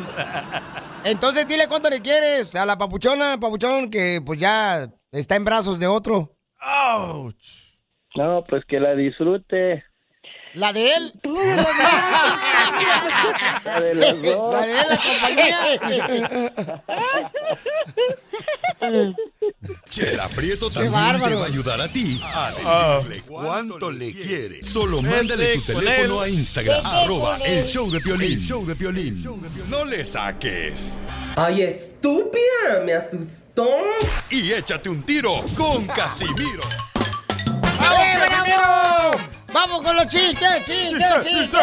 S1: Entonces dile cuánto le quieres a la papuchona, papuchón, que pues ya está en brazos de otro.
S11: No, pues que la disfrute.
S1: ¿La de él?
S11: La de los dos.
S1: La de él, la compañía.
S7: Chela Prieto también te bárbaro. va a ayudar a ti a decirle cuánto le quiere. Solo mándale tu Vete Ah. con teléfono él. a Instagram, Vete arroba con él. el show de Piolín. El show de Piolín. No le saques.
S16: Ay, estúpida, me asustó.
S7: Y échate un tiro con Casimiro.
S1: ¡Vamos, Casimiro! ¡Vamos con los chistes, chistes, chistes!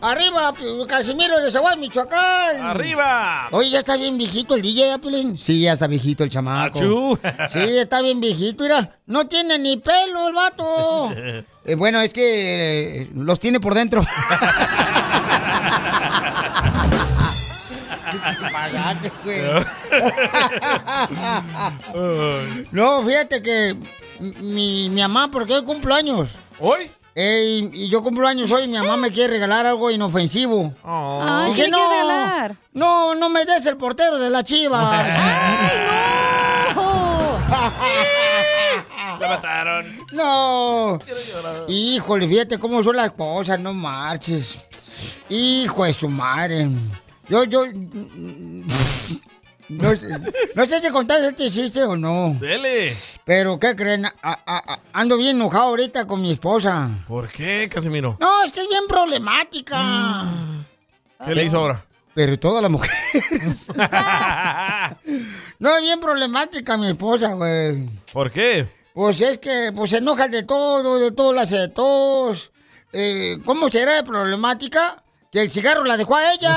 S1: ¡Arriba, P- Casimiro de Zaguay, Michoacán!
S2: ¡Arriba!
S1: Oye, ya está bien viejito el DJ, ¿eh, Piolín? Sí, ya está viejito el chamaco.
S2: Achú.
S1: Sí, está bien viejito, mira. No tiene ni pelo el vato. Eh, bueno, es que eh, los tiene por dentro. Pagate, güey. no, fíjate que mi, mi mamá, porque hoy cumplo años. ¿Hoy? y, y yo cumplo años hoy, mi mamá me quiere regalar algo inofensivo.
S4: Ay, ¿qué le quiere regalar?
S1: No, no me des el portero de la chivas.
S2: La mataron.
S1: no. Híjole, fíjate cómo son las cosas, no marches. Hijo de su madre. Yo, yo. No, sé- no sé si contar este chiste o no.
S2: Dele.
S1: Pero, ¿qué creen? A- a- a- ando bien enojado ahorita con mi esposa.
S2: ¿Por qué, Casimiro?
S1: No, es que es bien problemática.
S2: ¿Qué le hizo ahora?
S1: Pero todas las mujeres. no, es bien problemática mi esposa, güey.
S2: ¿Por qué?
S1: Pues es que pues se enoja de todo, de todo, la hace de todos. Eh, ¿Cómo será de problemática? Que el cigarro la dejó a ella.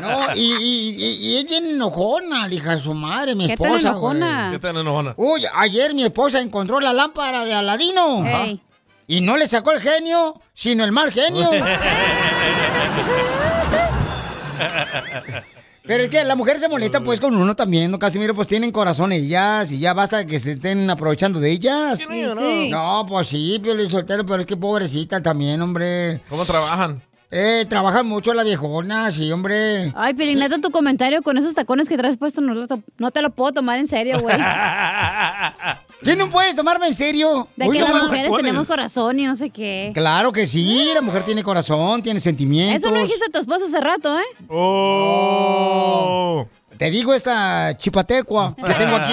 S1: No, y, y, y- y es bien enojona, la hija de su madre, mi
S2: ¿Qué tan
S1: esposa.
S2: enojona?
S1: güey.
S2: ¿Qué tan enojona?
S1: Uy, ayer mi esposa encontró la lámpara de Aladino.
S2: Ajá. Ey.
S1: Y no le sacó el genio, sino el mal genio. Pero es que las mujeres se molestan pues con uno también, ¿no? Casimiro, pues tienen corazón ellas y ya basta que se estén aprovechando de ellas.
S2: Sí, sí.
S1: No, pues sí, Piolín Soltero, pero es que pobrecita también, hombre.
S2: ¿Cómo trabajan?
S1: Eh, trabajan mucho las viejonas, sí, hombre.
S4: Ay, Pilineta, tu comentario con esos tacones que traes puesto no, lo to- no te lo puedo tomar en serio, güey.
S1: ¿Qué no puedes tomarme en serio?
S4: De
S1: Hoy
S4: que
S1: no
S4: las
S1: más.
S4: mujeres tenemos corazón y no sé qué.
S1: Claro que sí, la mujer tiene corazón, tiene sentimientos.
S4: Eso no dijiste a tu esposa hace rato, ¿eh?
S1: Oh. Te digo esta chipatecua que tengo aquí.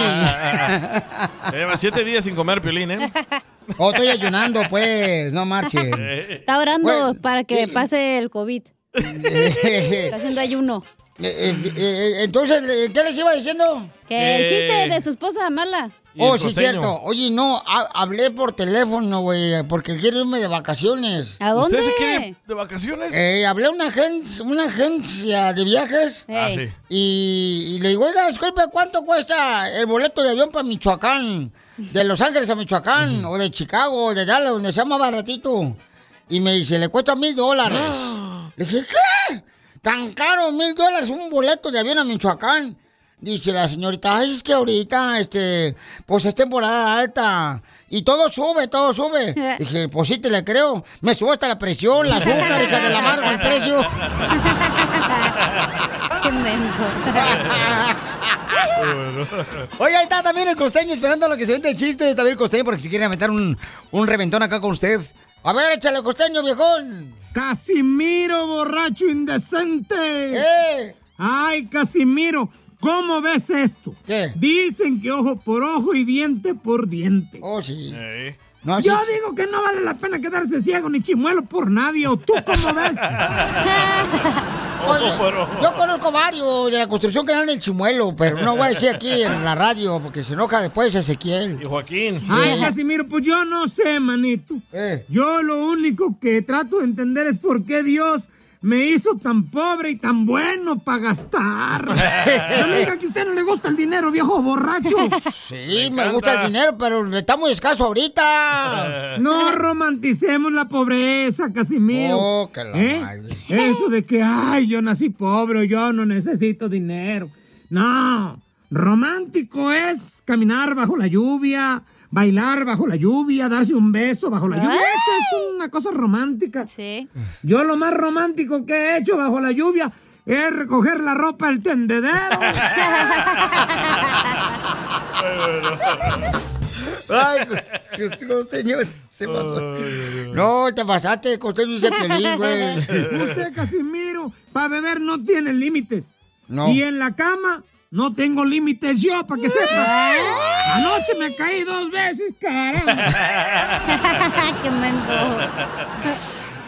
S2: Lleva siete días sin comer piolín, ¿eh?
S1: Oh, estoy ayunando, pues, no marchen.
S2: Eh,
S4: Está orando
S1: Pues,
S4: para que pase el COVID. Está haciendo ayuno.
S1: Eh, entonces, eh, ¿qué les iba diciendo?
S4: Que el
S1: Eh.
S4: chiste de su esposa mala.
S1: Oh, sí, cierto. Oye, no, ha- hablé por teléfono, güey, porque quiero irme de vacaciones.
S4: ¿A
S2: ¿Usted se quiere de vacaciones?
S1: Eh, hablé a una agencia, una agencia de viajes.
S2: Ah, sí.
S1: Y, y le digo, oiga, disculpe, ¿cuánto cuesta el boleto de avión para Michoacán? De Los Ángeles a Michoacán, o de Chicago, o de Dallas, donde sea más baratito. Y me dice, le cuesta mil dólares. Le dije, ¿qué? ¿Tan caro mil dólares un boleto de avión a Michoacán? Dice la señorita, "Ay, es que ahorita, este, pues es temporada alta. Y todo sube, todo sube. Dije, pues sí, te le creo. Me sube hasta la presión, la azúcar, hija de la amargo, el precio.
S4: Qué menso.
S1: Oiga, ahí está también el costeño esperando a lo que se vende de chistes. También el costeño, porque si quiere meter un, un reventón acá con usted. A ver, échale costeño, viejón.
S12: Casimiro, borracho indecente. Ay, Casimiro, ¿cómo ves esto? Dicen que ojo por ojo y diente por diente.
S1: Oh, sí.
S12: Yo
S1: No, sí, sí.
S12: digo que no vale la pena quedarse ciego ni chimuelo por nadie. ¿O tú cómo ves?
S1: Oye, yo conozco varios de la construcción que dan el chimuelo, pero no voy a decir aquí en la radio porque se enoja después Ezequiel.
S2: Y Joaquín.
S12: Ay, Casimiro, pues yo no sé, manito.
S1: Eh.
S12: Yo lo único que trato de entender es por qué Dios me hizo tan pobre y tan bueno para gastar. no me diga que a usted no le gusta el dinero, viejo borracho.
S1: Sí, me, gusta el dinero, pero está muy escaso ahorita.
S12: No romanticemos la pobreza, Casimiro.
S1: Oh, que la
S12: ¿Eh?
S1: madre.
S12: Eso de que, ay, yo nací pobre, o yo no necesito dinero. No, romántico es caminar bajo la lluvia, bailar bajo la lluvia, darse un beso bajo la lluvia. Eso es una cosa romántica.
S4: Sí.
S12: Yo lo más romántico que he hecho bajo la lluvia es recoger la ropa del tendedero.
S1: Ay, si usted, costeño, se pasó. No, te pasaste, costeño dice feliz, güey.
S12: Usted, Casimiro, para beber no tiene límites.
S1: No.
S12: Y en la cama no tengo límites yo, para que sepa.
S1: ¿Eh?
S12: Anoche me caí dos veces, caramba.
S4: Qué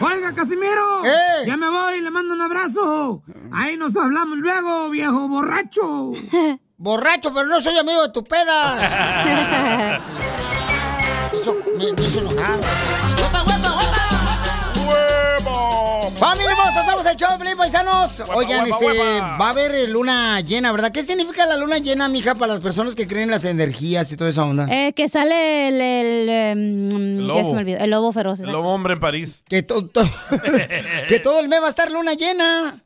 S12: Oiga, Casimiro,
S1: ¿Eh?
S12: ya me voy, le mando un abrazo. Ahí nos hablamos luego, viejo borracho.
S1: Borracho, pero no soy amigo de tu peda. Eso me, me hizo enojar. ¡Familia hermosa! ¡Somos el show, de Pelín, paisanos! Oigan,
S8: huepa,
S1: este,
S8: huepa.
S1: va a haber eh, luna llena, ¿verdad? ¿Qué significa la luna llena, mija, para las personas que creen en las energías y toda esa onda?
S4: Eh, que sale el, el, em, ya se
S2: lobo.
S4: me olvidó, el lobo feroz.
S2: El
S4: exacto.
S2: lobo hombre en París.
S1: Que, to- to- que todo el mes va a estar luna llena.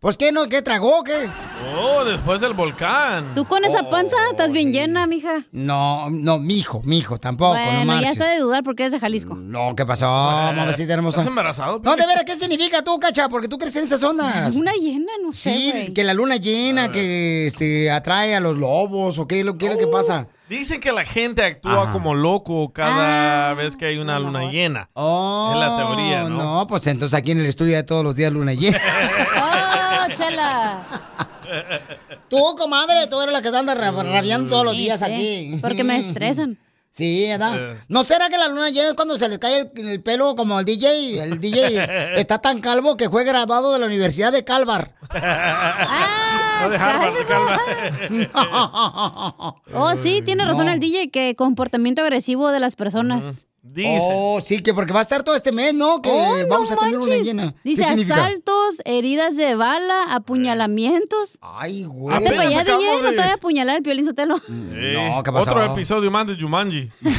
S1: Pues, ¿qué no? ¿Qué tragó? ¿Qué?
S2: Oh, después del volcán.
S4: Tú con
S1: Oh,
S4: esa panza estás bien llena, mija.
S1: No, no, mijo, mijo, tampoco, no
S4: bueno, ya
S1: marches.
S4: está de dudar porque eres de Jalisco.
S1: No, ¿qué pasó, mamacita hermosa?
S2: ¿Estás embarazado?
S1: No, de veras, ¿qué significa tú, cacha? Porque tú crees en esas ondas.
S4: Una llena, no sé,
S1: Sí,
S4: güey.
S1: que la luna llena, que este, atrae a los lobos, o qué, lo, qué es lo que pasa.
S2: Dicen que la gente actúa
S1: Ajá.
S2: como loco cada vez que hay una luna llena.
S1: Oh,
S2: Es la teoría, ¿no?
S1: pues entonces aquí en el estudio de todos los días luna llena.
S4: Oh,
S1: Tú, comadre, tú eres la que anda ra- rabiando todos los
S4: Mm. Sí,
S1: días
S4: sí,
S1: aquí.
S4: porque me estresan.
S1: Sí, ¿verdad? ¿No será que la luna llena es cuando se le cae el, el pelo como al DJ? El DJ está tan calvo que fue graduado de la Universidad de Calvar.
S9: Ah, no de Harvard, de Harvard.
S4: Oh, sí, tiene razón el DJ que comportamiento agresivo de las personas.
S1: Oh, sí, que porque va a estar todo este mes, ¿no? Que
S4: Oh, no
S1: vamos a tener una
S4: manches.
S1: llena. ¿Qué
S4: Dice
S1: significa? Eh.
S4: asaltos, heridas de bala, apuñalamientos.
S1: Ay,
S4: güey. Este para allá de
S2: acabamos
S4: no te
S2: de-
S4: voy a apuñalar el Piolín Sotelo.
S1: Mm.
S2: No,
S1: ¿qué pasó?
S2: Otro episodio más de Jumanji. Se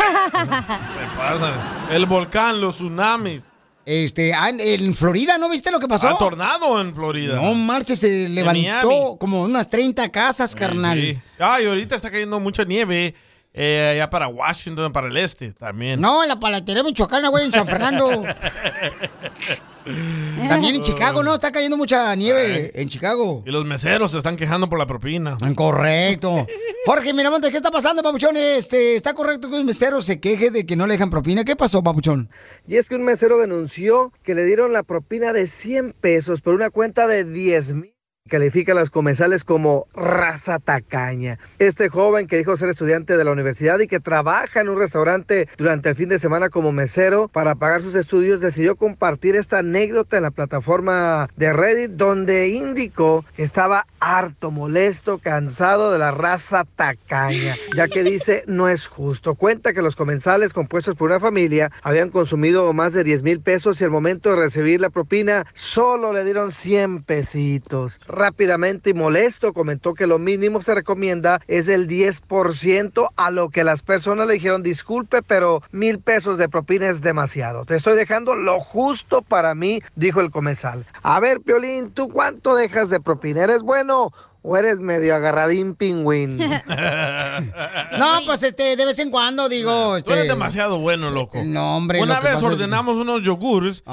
S2: pasan. El volcán, los tsunamis.
S1: Este, ah, en- en Florida, ¿no viste lo que pasó?
S2: Ah, tornado en Florida.
S1: No marches, se levantó
S2: Miami.
S1: como unas 30 casas, carnal.
S2: Sí. Ay, ahorita está cayendo mucha nieve eh, allá para Washington, para el este también.
S1: No, en la palatería michoacana, güey, en San Fernando. También
S2: Oh.
S1: en Chicago, ¿no? Está cayendo mucha nieve eh, en Chicago.
S2: Y los meseros se están quejando por la propina.
S1: Correcto. Jorge Miramontes, ¿qué está pasando, papuchón? Este, ¿Está correcto que un mesero se queje de que no le dejan propina? ¿Qué pasó, papuchón?
S14: Y es que un mesero denunció que le dieron la propina de 100 pesos por una cuenta de 10 mil. Califica a los comensales como raza tacaña. Este joven que dijo ser estudiante de la universidad y que trabaja en un restaurante durante el fin de semana como mesero para pagar sus estudios decidió compartir esta anécdota en la plataforma de Reddit donde indicó que estaba harto, molesto, cansado de la raza tacaña, ya que dice no es justo. Cuenta que los comensales compuestos por una familia habían consumido más de 10 mil pesos y al momento de recibir la propina solo le dieron 100 pesitos. Rápidamente y molesto comentó que lo mínimo se recomienda es el 10% a lo que las personas le dijeron disculpe, pero mil pesos de propina es demasiado. Te estoy dejando lo justo para mí, dijo el comensal. A ver, Piolín, ¿tú cuánto dejas de propina? ¿Eres bueno o eres medio agarradín pingüín?
S1: No, pues este, de vez en cuando digo.
S2: Tú eres
S1: Este,
S2: demasiado bueno, loco.
S1: No, hombre,
S2: Una
S1: lo que
S2: vez
S1: pasa es-
S2: ordenamos unos yogures.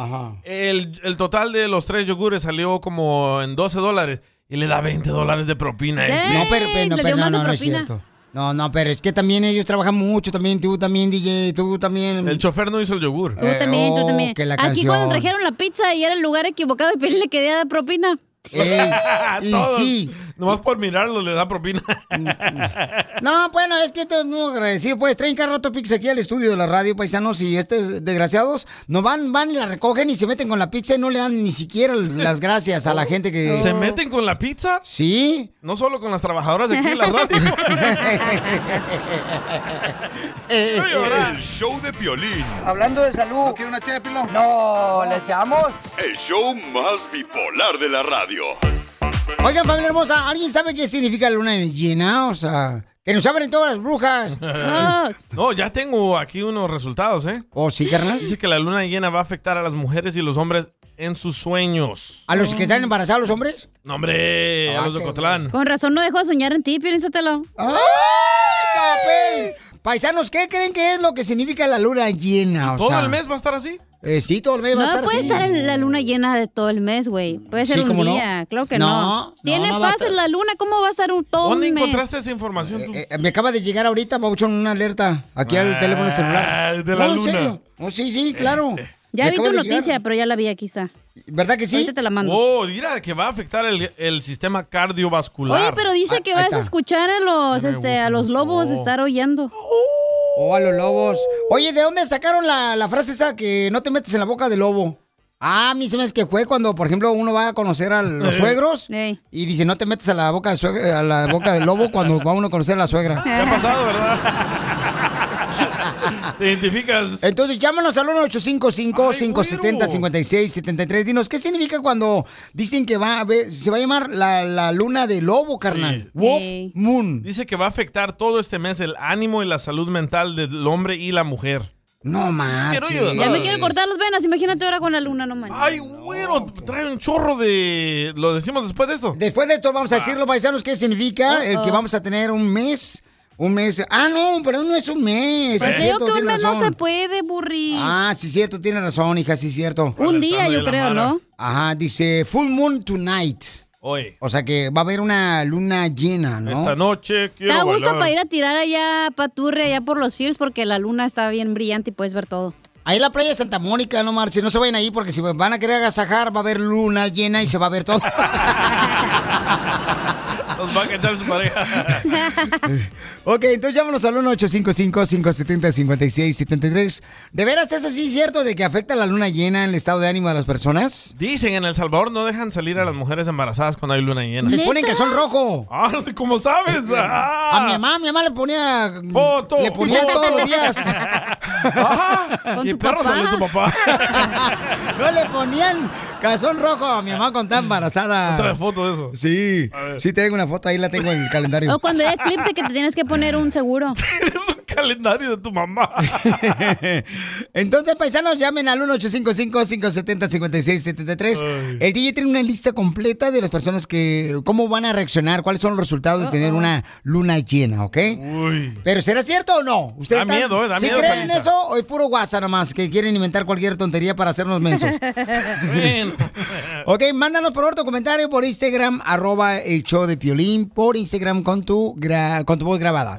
S2: El, el total de los tres yogures salió como en 12 dólares. Y le da 20 dólares de propina. a este.
S1: No, pero, pero- pero- no, no, no es cierto. No, no, pero es que también ellos trabajan mucho, también tú, también DJ, tú también.
S2: El chofer no hizo el yogur.
S4: Tú también, tú
S1: oh,
S4: también.
S1: que la
S4: Aquí
S1: canción.
S4: cuando trajeron la pizza y era el lugar equivocado, el Piolín le quería dar propina.
S2: A
S4: y
S2: todos.
S4: sí.
S2: Nomás por mirarlo le da propina.
S1: No, bueno, es que esto es muy agradecido. Pues traen cada rato pizza aquí al estudio de la radio, paisanos, y estos desgraciados no van, van y la recogen y se meten con la pizza y no le dan ni siquiera las gracias a la gente que.
S2: ¿Se meten con la pizza?
S1: Sí.
S2: No solo con las trabajadoras de aquí en la
S1: Eh,
S2: radio.
S7: El show de Piolín.
S8: Hablando de salud. ¿No una No, ¿le echamos?
S16: El show más bipolar de la radio.
S1: Oigan, familia hermosa, ¿alguien sabe qué significa luna llena? O sea, que nos abren todas las brujas.
S2: no, ya tengo aquí unos resultados, ¿eh?
S1: ¿O sí, carnal?
S2: Dice que la luna llena va a afectar a las mujeres y los hombres en sus sueños.
S1: ¿A los que están embarazados los hombres? Ah,
S2: No, hombre, a los de Cotlán.
S4: Con razón no dejó de soñar en ti, Piolín Sotelo.
S1: ¡Ay, papel! Paisanos, ¿qué creen que es lo que significa la luna llena? O
S4: ¿Todo
S1: sea,
S4: el mes
S2: va a estar así?
S1: Eh, sí, todo el mes va a
S4: No
S1: estar
S4: puede
S1: así.
S4: estar en la luna llena de todo el mes, güey. Puede ser
S1: Sí,
S4: un
S1: ¿cómo no?
S4: día, claro que
S1: No,
S4: no.
S1: no,
S4: Tiene
S1: no va a
S4: pasos
S1: estar.
S4: la luna, ¿cómo va a estar un todo un mes?
S2: esa información?
S1: Eh, me acaba de llegar ahorita, Pauchón, una alerta aquí al
S2: Ah,
S1: teléfono celular.
S2: de la
S1: No, en
S2: luna. Este, eh,
S1: serio. Oh, sí, sí, claro.
S4: Ya
S1: Me
S4: vi
S1: acaba de
S4: tu
S1: llegar.
S4: noticia, pero ya la vi aquí está.
S1: ¿Verdad que sí?
S4: Ahorita te la mando.
S2: Oh, dirá que va a afectar el, el sistema cardiovascular.
S4: Oye, pero
S1: Ah,
S4: dice que vas a escuchar a los, este, a los lobos estar oyendo.
S1: Oh, a los lobos. Oye, ¿de dónde sacaron la, la frase esa que no te metes en la boca del lobo? Ah, a mí se me es que fue cuando, por ejemplo, uno va a conocer a los
S2: Ey.
S1: suegros y dice, no te metes a la boca, de sueg- a la boca del lobo cuando va uno a conocer a la suegra.
S2: ¿Te ha pasado, verdad? ¿Te identificas?
S1: Entonces, llámanos al 1-855-570-5673. Dinos, ¿qué significa cuando dicen que va a ver- se va a llamar la, la luna de lobo, carnal?
S2: Sí.
S1: Wolf Moon.
S2: Dice que va a afectar todo este mes el ánimo y la salud mental del hombre y la mujer.
S1: No más.
S2: Quiero ayudar.
S4: Ya me quiero cortar las venas, imagínate ahora con la luna, no manches.
S2: Ay, güero, trae un chorro de. ¿Lo decimos después de esto?
S1: Después de esto vamos a decirlo, paisanos, ¿qué significa el que
S4: Uh-oh.
S1: vamos a tener un mes? Un mes. Ah, no, perdón, no es un mes.
S4: Pues
S1: es
S4: creo
S1: cierto,
S4: que un
S1: tiene
S4: mes no se
S1: razón.
S4: puede, burri.
S1: Ah, sí, cierto, tiene razón, hija, sí, cierto.
S4: Un día, yo creo, ¿no?
S1: Ajá, dice Full Moon Tonight.
S2: Hoy.
S1: O sea que va a haber una luna llena, ¿no?
S2: Esta noche quiero.
S4: Da gusto
S2: bailar.
S4: para ir a tirar allá paturre allá por los fields porque la luna está bien brillante y puedes ver todo.
S1: Ahí la playa de Santa Mónica, no marchen, no se vayan ahí porque si van a querer agasajar va a haber luna llena y se va a ver todo.
S9: Los va a cachar su pareja.
S1: Ok, entonces llámanos al 1-855-570-5673. ¿De veras eso sí es cierto de que afecta la luna llena en el estado de ánimo de las personas?
S2: Dicen en El Salvador no dejan salir a las mujeres embarazadas cuando hay luna llena.
S1: Les ponen calzón rojo.
S2: Ah, no sé cómo sabes. Ah.
S1: A mi mamá, mi mamá le ponía...
S2: Foto.
S1: Le ponía
S2: Foto.
S1: todos los días.
S2: Con y tu perro papá. salió tu papá.
S1: No le ponían calzón rojo a mi mamá con tan embarazada.
S2: Trae foto de eso.
S1: Sí, sí tengo una foto, ahí la tengo en el calendario.
S4: O cuando hay eclipse que te tienes que poner un seguro.
S2: Calendario de tu mamá.
S1: Entonces, paisanos, llamen al 1-855-570-5673. El DJ tiene una lista completa de las personas que, cómo van a reaccionar, cuáles son los resultados
S2: Ah,
S1: de tener una luna llena, ¿ok? Pero ¿será cierto o no?
S2: Da
S1: ¿Ustedes están-
S2: miedo, eh, da
S1: ¿Sí
S2: miedo esa
S1: creen en
S2: lista.
S1: eso o es puro guasa nomás que quieren inventar cualquier tontería para hacernos mensos? Ok, mándanos por favor tu comentario por Instagram, arroba el show de Piolín, por Instagram con tu, gra- con tu voz grabada.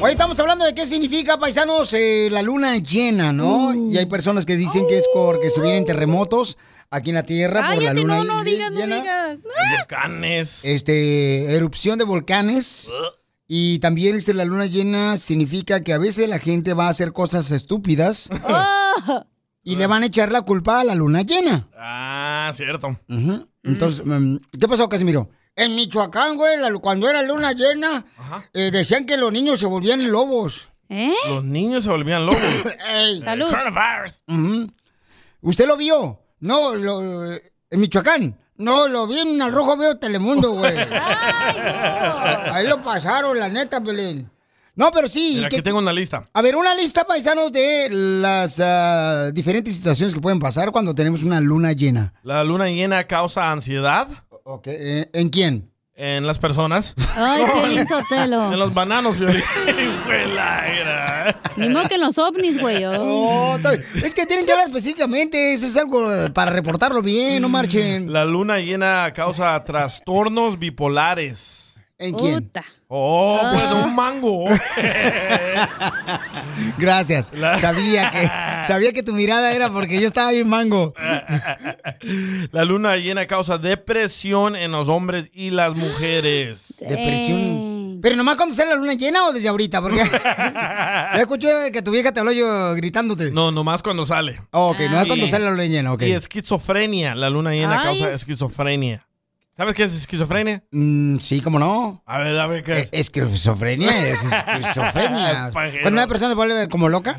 S1: Hoy estamos hablando de qué significa, paisanos, eh, la luna llena, ¿no?
S4: Mm.
S1: Y hay personas que dicen que es porque se vienen terremotos aquí en la Tierra por la
S4: Cállate,
S1: luna
S4: Ah, no, no digas, no
S1: llena.
S4: digas.
S2: Volcanes.
S1: Este, erupción de volcanes. Y también este, la luna llena significa que a veces la gente va a hacer cosas estúpidas y le van a echar la culpa a la luna llena.
S2: Ah, cierto.
S1: Ujú. Entonces, mm, ¿qué pasó, Casimiro? En Michoacán, güey, la- cuando era luna llena, eh, decían que los niños se volvían lobos.
S4: ¿Eh?
S2: Los niños se volvían locos.
S4: Salud.
S2: Coronavirus.
S1: Ujú. ¿Usted lo vio? No, lo- en Michoacán. No, lo vi en el rojo veo Telemundo, güey. Ahí lo pasaron, la neta, Pelín. No, pero sí.
S2: Mira,
S1: ¿qué-
S2: aquí tengo una lista.
S1: A ver, una lista, paisanos, de las ah, diferentes situaciones que pueden pasar cuando tenemos una luna llena.
S2: La luna llena causa ansiedad
S1: Ok, eh, ¿En quién?
S2: en las personas.
S4: Ay, Piolín Sotelo.
S2: En los bananos, Piolín. Fue la era.
S4: Ni modo que en los ovnis, güey.
S1: Oh, estoy- es que tienen que hablar específicamente. Eso es algo eh, para reportarlo bien,
S4: Mm.
S1: no marchen.
S2: La luna llena causa trastornos bipolares.
S1: ¿En quién?
S4: Puta.
S2: Oh,
S1: Ah.
S2: pues un mango.
S1: Gracias. Sabía que sabía que tu mirada era porque yo estaba bien mango.
S2: La luna llena causa depresión en los hombres y las mujeres.
S4: Eh.
S1: Depresión. Pero nomás cuando sale la luna llena o desde ahorita, porque ya escuché que tu vieja te habló yo gritándote.
S2: No, nomás cuando sale.
S1: Ah, ok, nomás
S2: Y-
S1: cuando sale la luna llena, ok.
S2: Y esquizofrenia. La luna llena
S1: Ay,
S2: causa
S1: es-
S2: esquizofrenia. ¿Sabes qué es esquizofrenia?
S1: Mm, sí, cómo no.
S2: A ver, a ver qué es.
S1: Eh, Esquizofrenia es esquizofrenia.
S2: Pajero.
S1: Cuando una persona se vuelve como loca.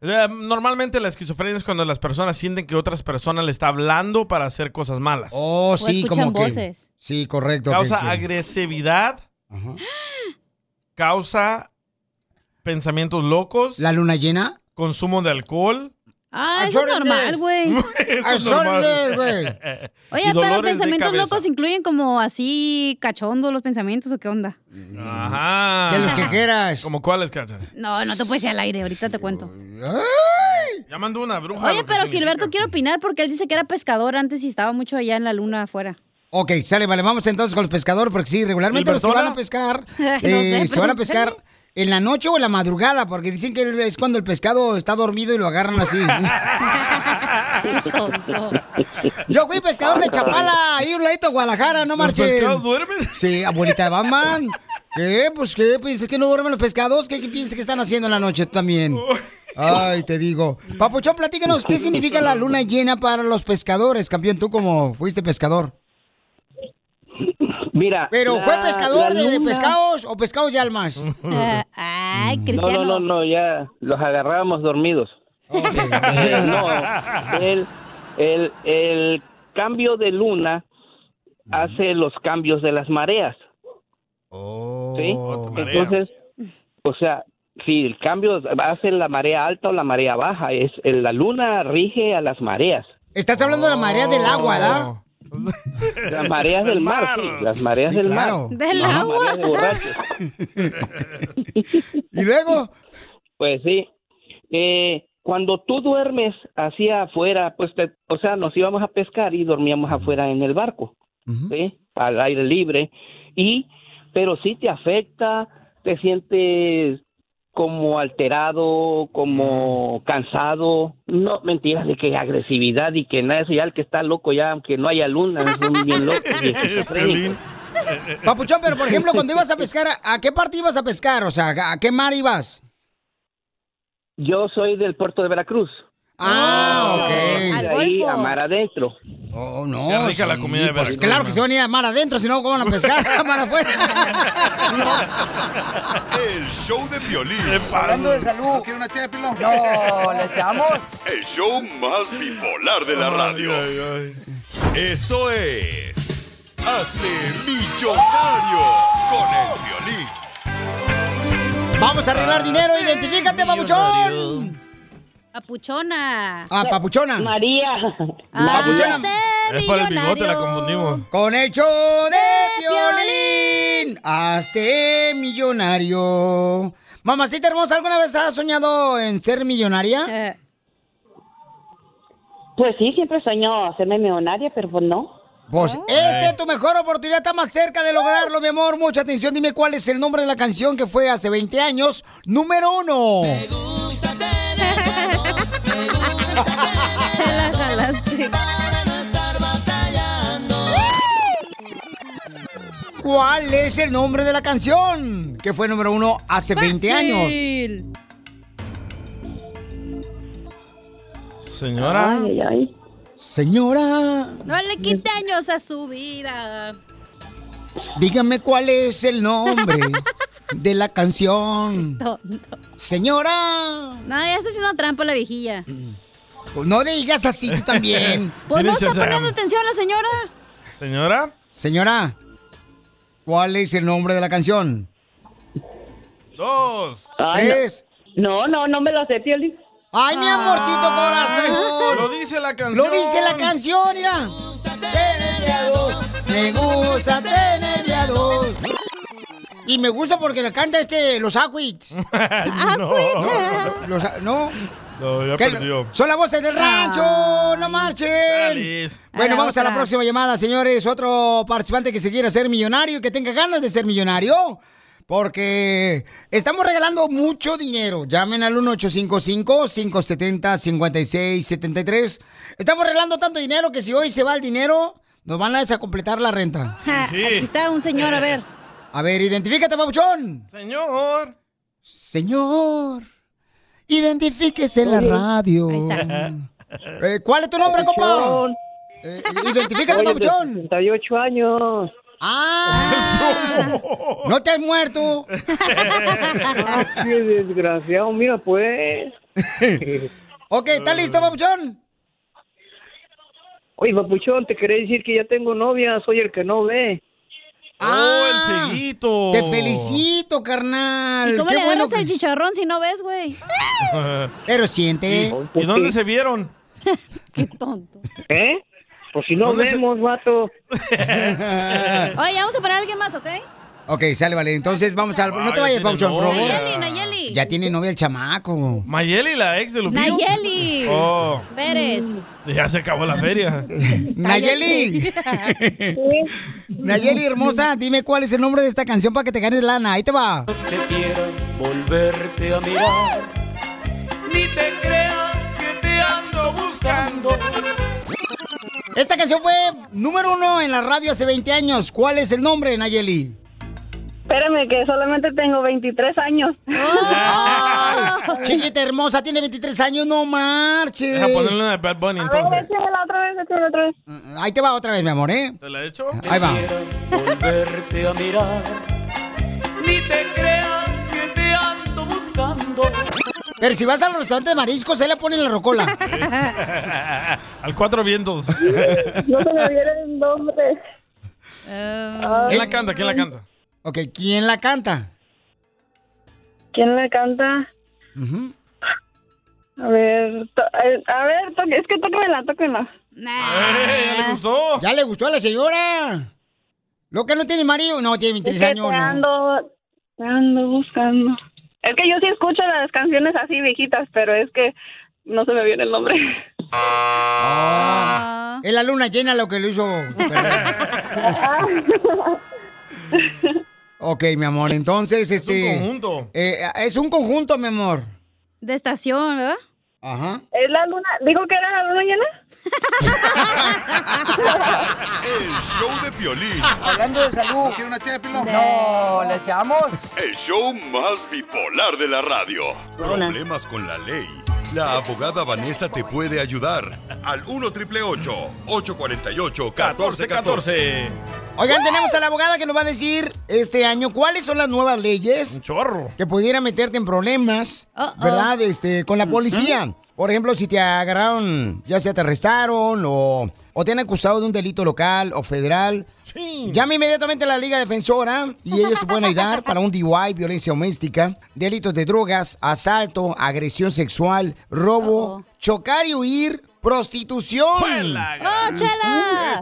S2: Eh, Normalmente la esquizofrenia es cuando las personas sienten que otras personas le está hablando para hacer cosas malas.
S1: Oh, sí,
S2: escuchan
S1: como que.
S2: voces.
S1: Sí, correcto.
S2: Causa
S1: que- que-
S2: agresividad. Causa pensamientos locos.
S1: La luna llena.
S2: Consumo de alcohol.
S4: Ah, eso es normal, güey.
S2: Eso es normal.
S4: Oye,
S2: Y dolores
S4: pero
S2: de
S4: pensamientos
S2: cabeza.
S4: locos incluyen como así cachondo los pensamientos o qué onda.
S2: Ajá.
S1: De los que quieras.
S2: ¿Como cuáles, Cacha?
S4: No, no te puedes ir al aire, ahorita te cuento.
S2: Ya mandó una bruja.
S4: Oye,
S2: lo que
S4: pero
S2: significa.
S4: Gilberto quiere opinar porque él dice que era pescador antes y estaba mucho allá en la luna afuera.
S1: Ok, sale, vale, vamos entonces con los pescadores, porque sí, regularmente los que
S4: ¿Gilbertona?
S1: van a pescar,
S4: No
S1: eh,
S4: sé,
S1: se van a
S4: pregúntale.
S1: pescar en la noche o en la madrugada, porque dicen que es cuando el pescado está dormido y lo agarran así. Yo fui pescador de Chapala, ahí un ladito de Guadalajara, no marchen.
S2: pescados duermen?
S1: Sí, abuelita de Batman. ¿Qué? Pues qué, piensas que no duermen los pescados, ¿qué, qué piensas que están haciendo en la noche tú también? Ay, te digo. Papuchón, platícanos, ¿qué significa la luna llena para los pescadores, campeón? Tú como fuiste pescador.
S26: Mira.
S1: Pero
S26: la-
S1: fue pescador
S26: la
S1: de
S26: luna-
S1: pescados o pescados de almas.
S4: Ay,
S26: No, no, no, no, ya los agarrábamos dormidos. Eh, no, el, el, el cambio de luna hace los cambios de las mareas.
S14: Oh,
S26: ¿Sí? Entonces, o sea, si el cambio hace la marea alta o la marea baja, es el- la luna rige a las mareas.
S1: Estás hablando de la marea del agua, ¿verdad?
S26: Las mareas del mar, sí, las mareas
S1: Sí,
S26: del
S1: claro.
S26: mar.
S1: Del
S26: Las
S1: agua.
S26: mareas de borrachos.
S1: ¿Y luego?
S26: Pues sí. Eh, cuando tú duermes hacia afuera, pues, te- o sea, nos íbamos a pescar y dormíamos afuera en el barco, ¿sí? Al aire libre. Y, pero sí te afecta, te sientes como alterado, como cansado. No, mentiras de que agresividad y que nada, eso ya el que está loco, ya aunque no haya luna, son bien locos y esquizofrénicos.
S1: Papuchón, pero por ejemplo, cuando ibas a pescar, ¿a a qué parte ibas a pescar? O sea, ¿a qué mar ibas?
S26: Yo soy del puerto de Veracruz.
S1: Ah, ok.
S26: De ahí a mar adentro.
S1: Oh, no.
S2: Qué rica la comida de
S1: pues
S2: Veracruz,
S1: claro que
S2: ¿no?
S1: se van a ir a mar adentro, si no, ¿cómo van a pescar? A mar afuera.
S7: El show de violín.
S16: Hablando de
S7: salud.
S19: ¿Quiere una ché, Pilón?
S7: No, ¿le echamos?
S16: El show más bipolar de la radio.
S7: Esto es. Hazte millonario con el violín.
S1: Vamos a arreglar dinero, identifícate, papuchón.
S4: Papuchona.
S1: Ah, papuchona. María.
S4: Ah,
S1: papuchona.
S2: Es para el bigote, la confundimos.
S1: Con el show de violín. Hazte millonario. Mamacita hermosa, ¿alguna vez has soñado en ser millonaria?
S17: Eh. Pues sí, siempre soñó hacerme millonaria, pero pues no.
S1: Pues esta es tu mejor oportunidad, está más cerca de lograrlo, mi amor. Mucha atención, dime cuál es el nombre de la canción que fue hace 20 años, número uno.
S4: la jalaste.
S1: ¿Cuál es el nombre de la canción que fue número uno hace 20 años?
S2: Señora.
S1: Señora,
S4: No le quite años a su vida.
S1: dígame cuál es el nombre de la canción. Señora,
S4: No, ya está haciendo trampa la viejilla.
S1: no digas así tú también.
S4: Pues no está poniendo atención la señora.
S2: Señora.
S1: Señora, ¿cuál es el nombre de la canción?
S2: Dos.
S1: Tres.
S17: No, no, no me lo sé, Piolín.
S1: Ay, mi amorcito corazón.
S2: Lo dice la canción.
S1: Lo dice la canción, mira. Me gusta tener de a dos. Y me gusta porque le canta este los Aquits.
S2: no.
S1: Los a- no.
S2: No, ya
S1: Que-
S2: perdió.
S1: Son las voces del rancho, no marchen.
S2: Dales.
S1: Bueno,
S2: A la
S1: vamos a la
S2: otra.
S1: próxima llamada, señores. Otro participante que se quiera ser millonario y que tenga ganas de ser millonario. Porque estamos regalando mucho dinero. Llamen al 1855-570-5673. Estamos regalando tanto dinero que si hoy se va el dinero, nos van a desacompletar la renta.
S4: Aquí está un señor, a ver.
S1: A ver, identifícate, papuchón.
S2: Señor.
S1: Señor, identifíquese en la radio. Eh, ¿Cuál es tu nombre, compa?
S17: Papuchón.
S1: Eh,
S17: Soy
S1: identifícate,
S17: de
S1: papuchón.
S17: 68 años.
S1: ¡Ah!
S2: Oh.
S1: ¡No te has muerto!
S17: ¡Qué desgraciado! Mira, pues.
S1: ok, ¿estás listo, papuchón?
S17: Oye, papuchón, te quería decir que ya tengo novia, soy el que no ve.
S1: ¡Ah!
S2: Oh, el seguito!
S1: Te felicito, carnal.
S4: ¿Y cómo
S1: Qué
S4: le
S1: bueno
S4: agarras el chicharrón si no ves, güey?
S1: Pero siente.
S2: ¿Y dónde se vieron?
S17: ¿Eh? Pues si no
S2: ¿Dónde se-
S17: vemos, vato.
S4: Oye, vamos a poner a alguien más, ¿ok?
S1: Ah, Ok, sale, vale. Entonces vamos al. No te
S2: ya
S1: vayas,
S2: tiene
S1: papuchón, por
S2: novia.
S1: favor.
S4: Nayeli, Nayeli.
S1: Ya tiene novia el chamaco.
S2: Mayeli, la ex de Lupillo.
S4: Nayeli.
S2: Oh,
S4: Pérez.
S2: ya se acabó la feria.
S1: Nayeli. Nayeli, hermosa, dime cuál es el nombre de esta canción para que te ganes lana. Ahí te va.
S15: te quiero volverte a mirar. Ni te creas que te ando buscando.
S1: Esta canción fue número uno en la radio hace 20 años. ¿Cuál es el nombre, Nayeli?
S17: Espérame, que solamente tengo 23 años.
S1: Ay, chiquita hermosa, tiene 23 años, no marches.
S2: Deja ponerle una de Bad Bunny entonces.
S17: Échamela otra vez, échamela otra vez.
S1: Mm, Ahí te va otra vez, mi amor, ¿eh?
S2: ¿Te la he hecho?
S1: Ahí va.
S15: Volverte a mirar. Ni te creas que te ando buscando.
S1: Pero si vas al restaurante de mariscos, ahí le ponen la rocola.
S2: Al cuatro vientos.
S17: No se me viene el nombre.
S4: Eh,
S2: ¿Quién la canta? ¿Quién la canta?
S1: Ok, ¿quién la canta?
S17: ¿Quién la canta? A ver, to- eh, a ver, to- es que tóquenla, tóquenla.
S2: Eh, ¿Ya le gustó?
S1: Ya le gustó a la señora. Lo que no tiene marido, no, tiene 23
S17: Es que
S1: años.
S17: te
S1: No.
S17: ando, te ando buscando. Em, Es que yo sí escucho las canciones así viejitas, pero es que no se me viene el nombre.
S1: Es la luna llena lo que lo hizo. Ferrari. Ok, mi amor, entonces, este...
S2: conjunto.
S1: eh, es un conjunto, mi amor.
S4: De estación, ¿verdad?
S1: Ajá.
S4: Es la luna. ¿Dijo que era la luna llena?
S7: El show de Piolín.
S8: Hablando de salud. ¿Quiere una ché, No, ¿le echamos?
S16: El show más bipolar de la radio.
S7: Problemas con la ley. La abogada Vanessa te puede ayudar. Al 1 triple 848 1414.
S1: Oigan, tenemos a la abogada que nos va a decir este año cuáles son las nuevas leyes.
S2: chorro.
S1: Que pudiera meterte en problemas,
S12: Oh,
S1: ¿verdad? Este, con la policía. Por ejemplo, si te agarraron, ya sea te arrestaron o, o te han acusado de un delito local o federal. Llama inmediatamente a la Liga Defensora y ellos se pueden ayudar para un DUI, violencia doméstica, delitos de drogas, asalto, agresión sexual, robo, chocar y huir, prostitución.
S15: Ah,
S4: ¡Oh, chela!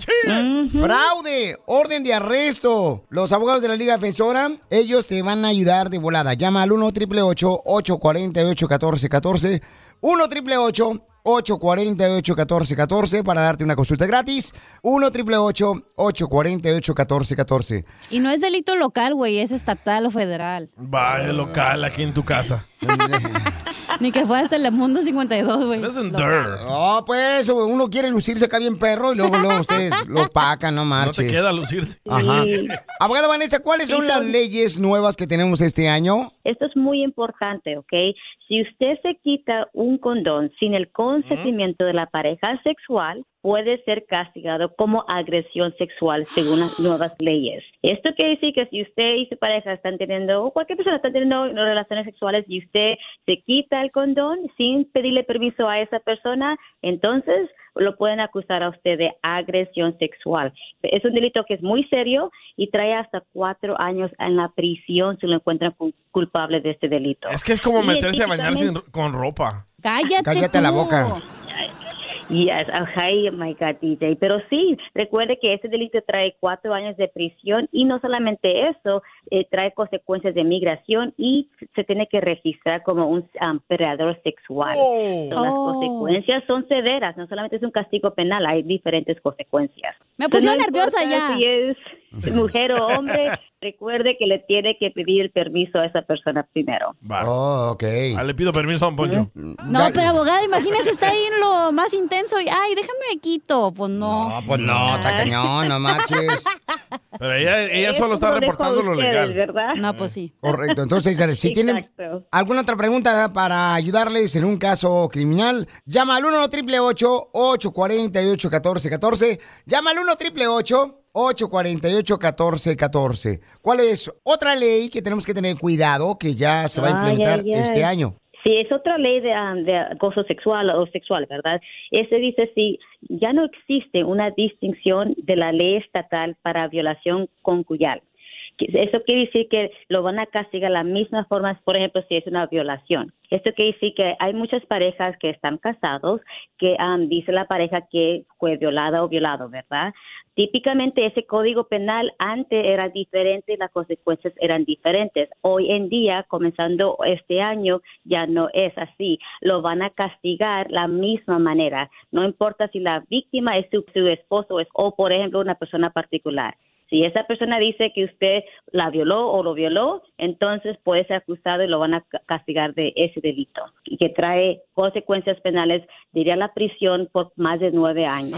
S1: Fraude, orden de arresto. Los abogados de la Liga Defensora, ellos te van a ayudar de volada. Llama al 1 888 848 1414 1 888 848 1414 para darte una consulta gratis. 1 888 848 1414
S4: Y no es delito local, güey, es estatal o federal.
S2: Vaya local aquí en tu casa.
S4: Ni que fueras Telemundo 52, güey.
S2: Dirt.
S1: No, pues uno quiere lucirse acá bien perro y luego, luego ustedes lo pacan, no
S2: No
S1: marches.
S2: te queda lucirte.
S1: Ajá. Abogada Vanessa, ¿cuáles son las leyes nuevas que tenemos este año?
S27: Esto es muy importante, ¿ok? Si usted se quita un condón sin el consentimiento de la pareja sexual, puede ser castigado como agresión sexual según las nuevas leyes. Esto quiere decir que si usted y su pareja están teniendo, o cualquier persona está teniendo relaciones sexuales y usted se quita el condón sin pedirle permiso a esa persona, entonces lo pueden acusar a usted de agresión sexual. Es un delito que es muy serio y trae hasta cuatro años en la prisión si lo encuentran cu- culpable de este delito.
S2: Es que es como
S27: Y
S2: meterse a bañar sin-
S27: típicamente-
S2: con ropa.
S4: Cállate,
S27: Cállate
S4: tú.
S27: la boca. Yes, okay, my God, DJ. Pero sí, recuerde que este delito trae cuatro años de prisión y no solamente eso, eh, trae consecuencias de migración y se tiene que registrar como un um, predador sexual.
S4: Oh.
S27: So, las
S4: Oh.
S27: consecuencias son severas, no solamente es un castigo penal, hay diferentes consecuencias.
S4: Me
S27: So,
S4: pusieron
S27: no
S4: nerviosa
S27: importa
S4: ya.
S27: si es mujer o hombre, recuerde que le tiene que pedir el permiso a esa persona primero.
S1: Oh, ok.
S2: Ah, le pido permiso a Don Poncho.
S4: No, pero abogada, imagínese, Ah, está ahí en lo más intenso y, ay, déjame quito. Pues no. Ah.
S1: No, pues no, está cañón, no marches.
S2: Pero ella, ella solo está reportando lo legal.
S4: No, pues sí.
S1: Correcto, entonces si tienen
S27: Exacto.
S1: alguna otra pregunta para ayudarles en un caso criminal, llama al 1 888 848 1414 Llama al 1 888 848 1414 ¿Cuál es otra ley que tenemos que tener cuidado que ya se va a
S27: Ay,
S1: implementar
S27: ay, ay.
S1: este año?
S27: Sí, es otra ley de, um, de acoso sexual o sexual, ¿verdad? Ese dice si ya no existe una distinción de la ley estatal para violación concuyal. Que- Eso quiere decir que lo van a castigar de la misma forma, por ejemplo, si es una violación. Esto quiere decir que hay muchas parejas que están casados que um, dice la pareja que fue violada o violado, ¿verdad? Típicamente ese código penal antes era diferente y las consecuencias eran diferentes. Hoy en día, comenzando este año, ya no es así. Lo van a castigar la misma manera. No importa si la víctima es su, su esposo es- o, por ejemplo, una persona particular. Si esa persona dice que usted la violó o lo violó, entonces puede ser acusado y lo van a ca- castigar de ese delito, y que trae consecuencias penales, diría la prisión por más de nueve años.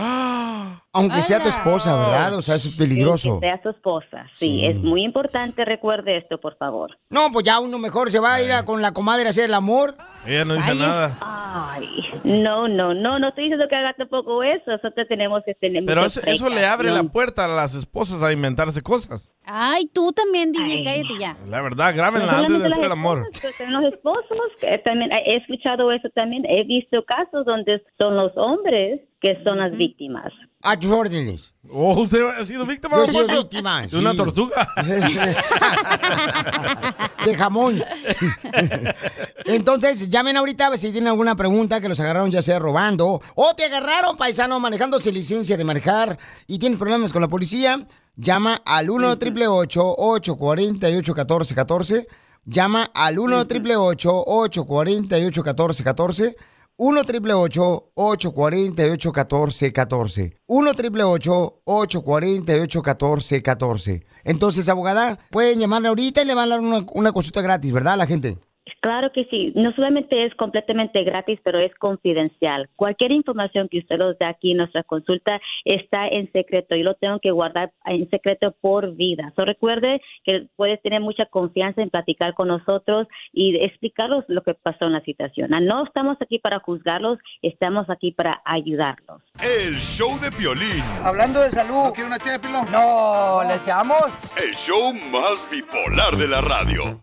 S1: Aunque sea tu esposa, ¿verdad? O sea, eso es peligroso.
S27: Que sea su esposa, sí,
S1: Sí.
S27: es muy importante, recuerde esto, por favor.
S1: No, pues ya uno mejor se va a ir a- con la comadre a hacer el amor.
S2: Ella no dice
S1: Ay, es-
S2: nada.
S27: Ay, no, no, no, no estoy diciendo que haga tampoco eso, nosotros tenemos este que tener
S2: Pero
S27: mucha
S2: eso, eso le abre la
S27: precaución.
S2: puerta a las esposas a inventarse cosas.
S4: Ay, tú también, DJ, cállate ya.
S2: La verdad, grábenla
S27: No
S2: antes de
S27: solamente
S2: hacer el
S27: las
S2: amor.
S27: esposas, pero también los esposos, que también he escuchado eso también, he visto casos donde son los hombres que son las víctimas.
S1: A tus órdenes.
S2: Oh, usted ha sido víctima.
S1: Yo he
S2: don
S1: sido
S2: Poncho?
S1: víctima,
S2: De una
S1: sí.
S2: tortuga.
S1: de jamón. Entonces, llamen ahorita si tienen alguna pregunta que los agarraron ya sea robando o te agarraron, paisano, manejando sin licencia de manejar y tienes problemas con la policía, llama al 1 888 848 1414 Llama al 1 888 848 1414 1 triple 848 1414 1 triple 848 1414 Entonces, abogada, pueden llamarle ahorita y le van a dar una, una consulta gratis, ¿verdad? A la gente.
S27: Claro que sí, no solamente es completamente gratis, pero es confidencial. Cualquier información que usted nos dé aquí en nuestra consulta está en secreto. Yo lo tengo que guardar en secreto por vida. So, recuerde que puedes tener mucha confianza en platicar con nosotros y explicarnos lo que pasó en la situación. Ah, No estamos aquí para juzgarlos, estamos aquí para ayudarlos.
S7: El show de Piolín.
S8: Hablando de salud. ¿No quiere una No, ¿le echamos?
S16: El show más bipolar de la radio.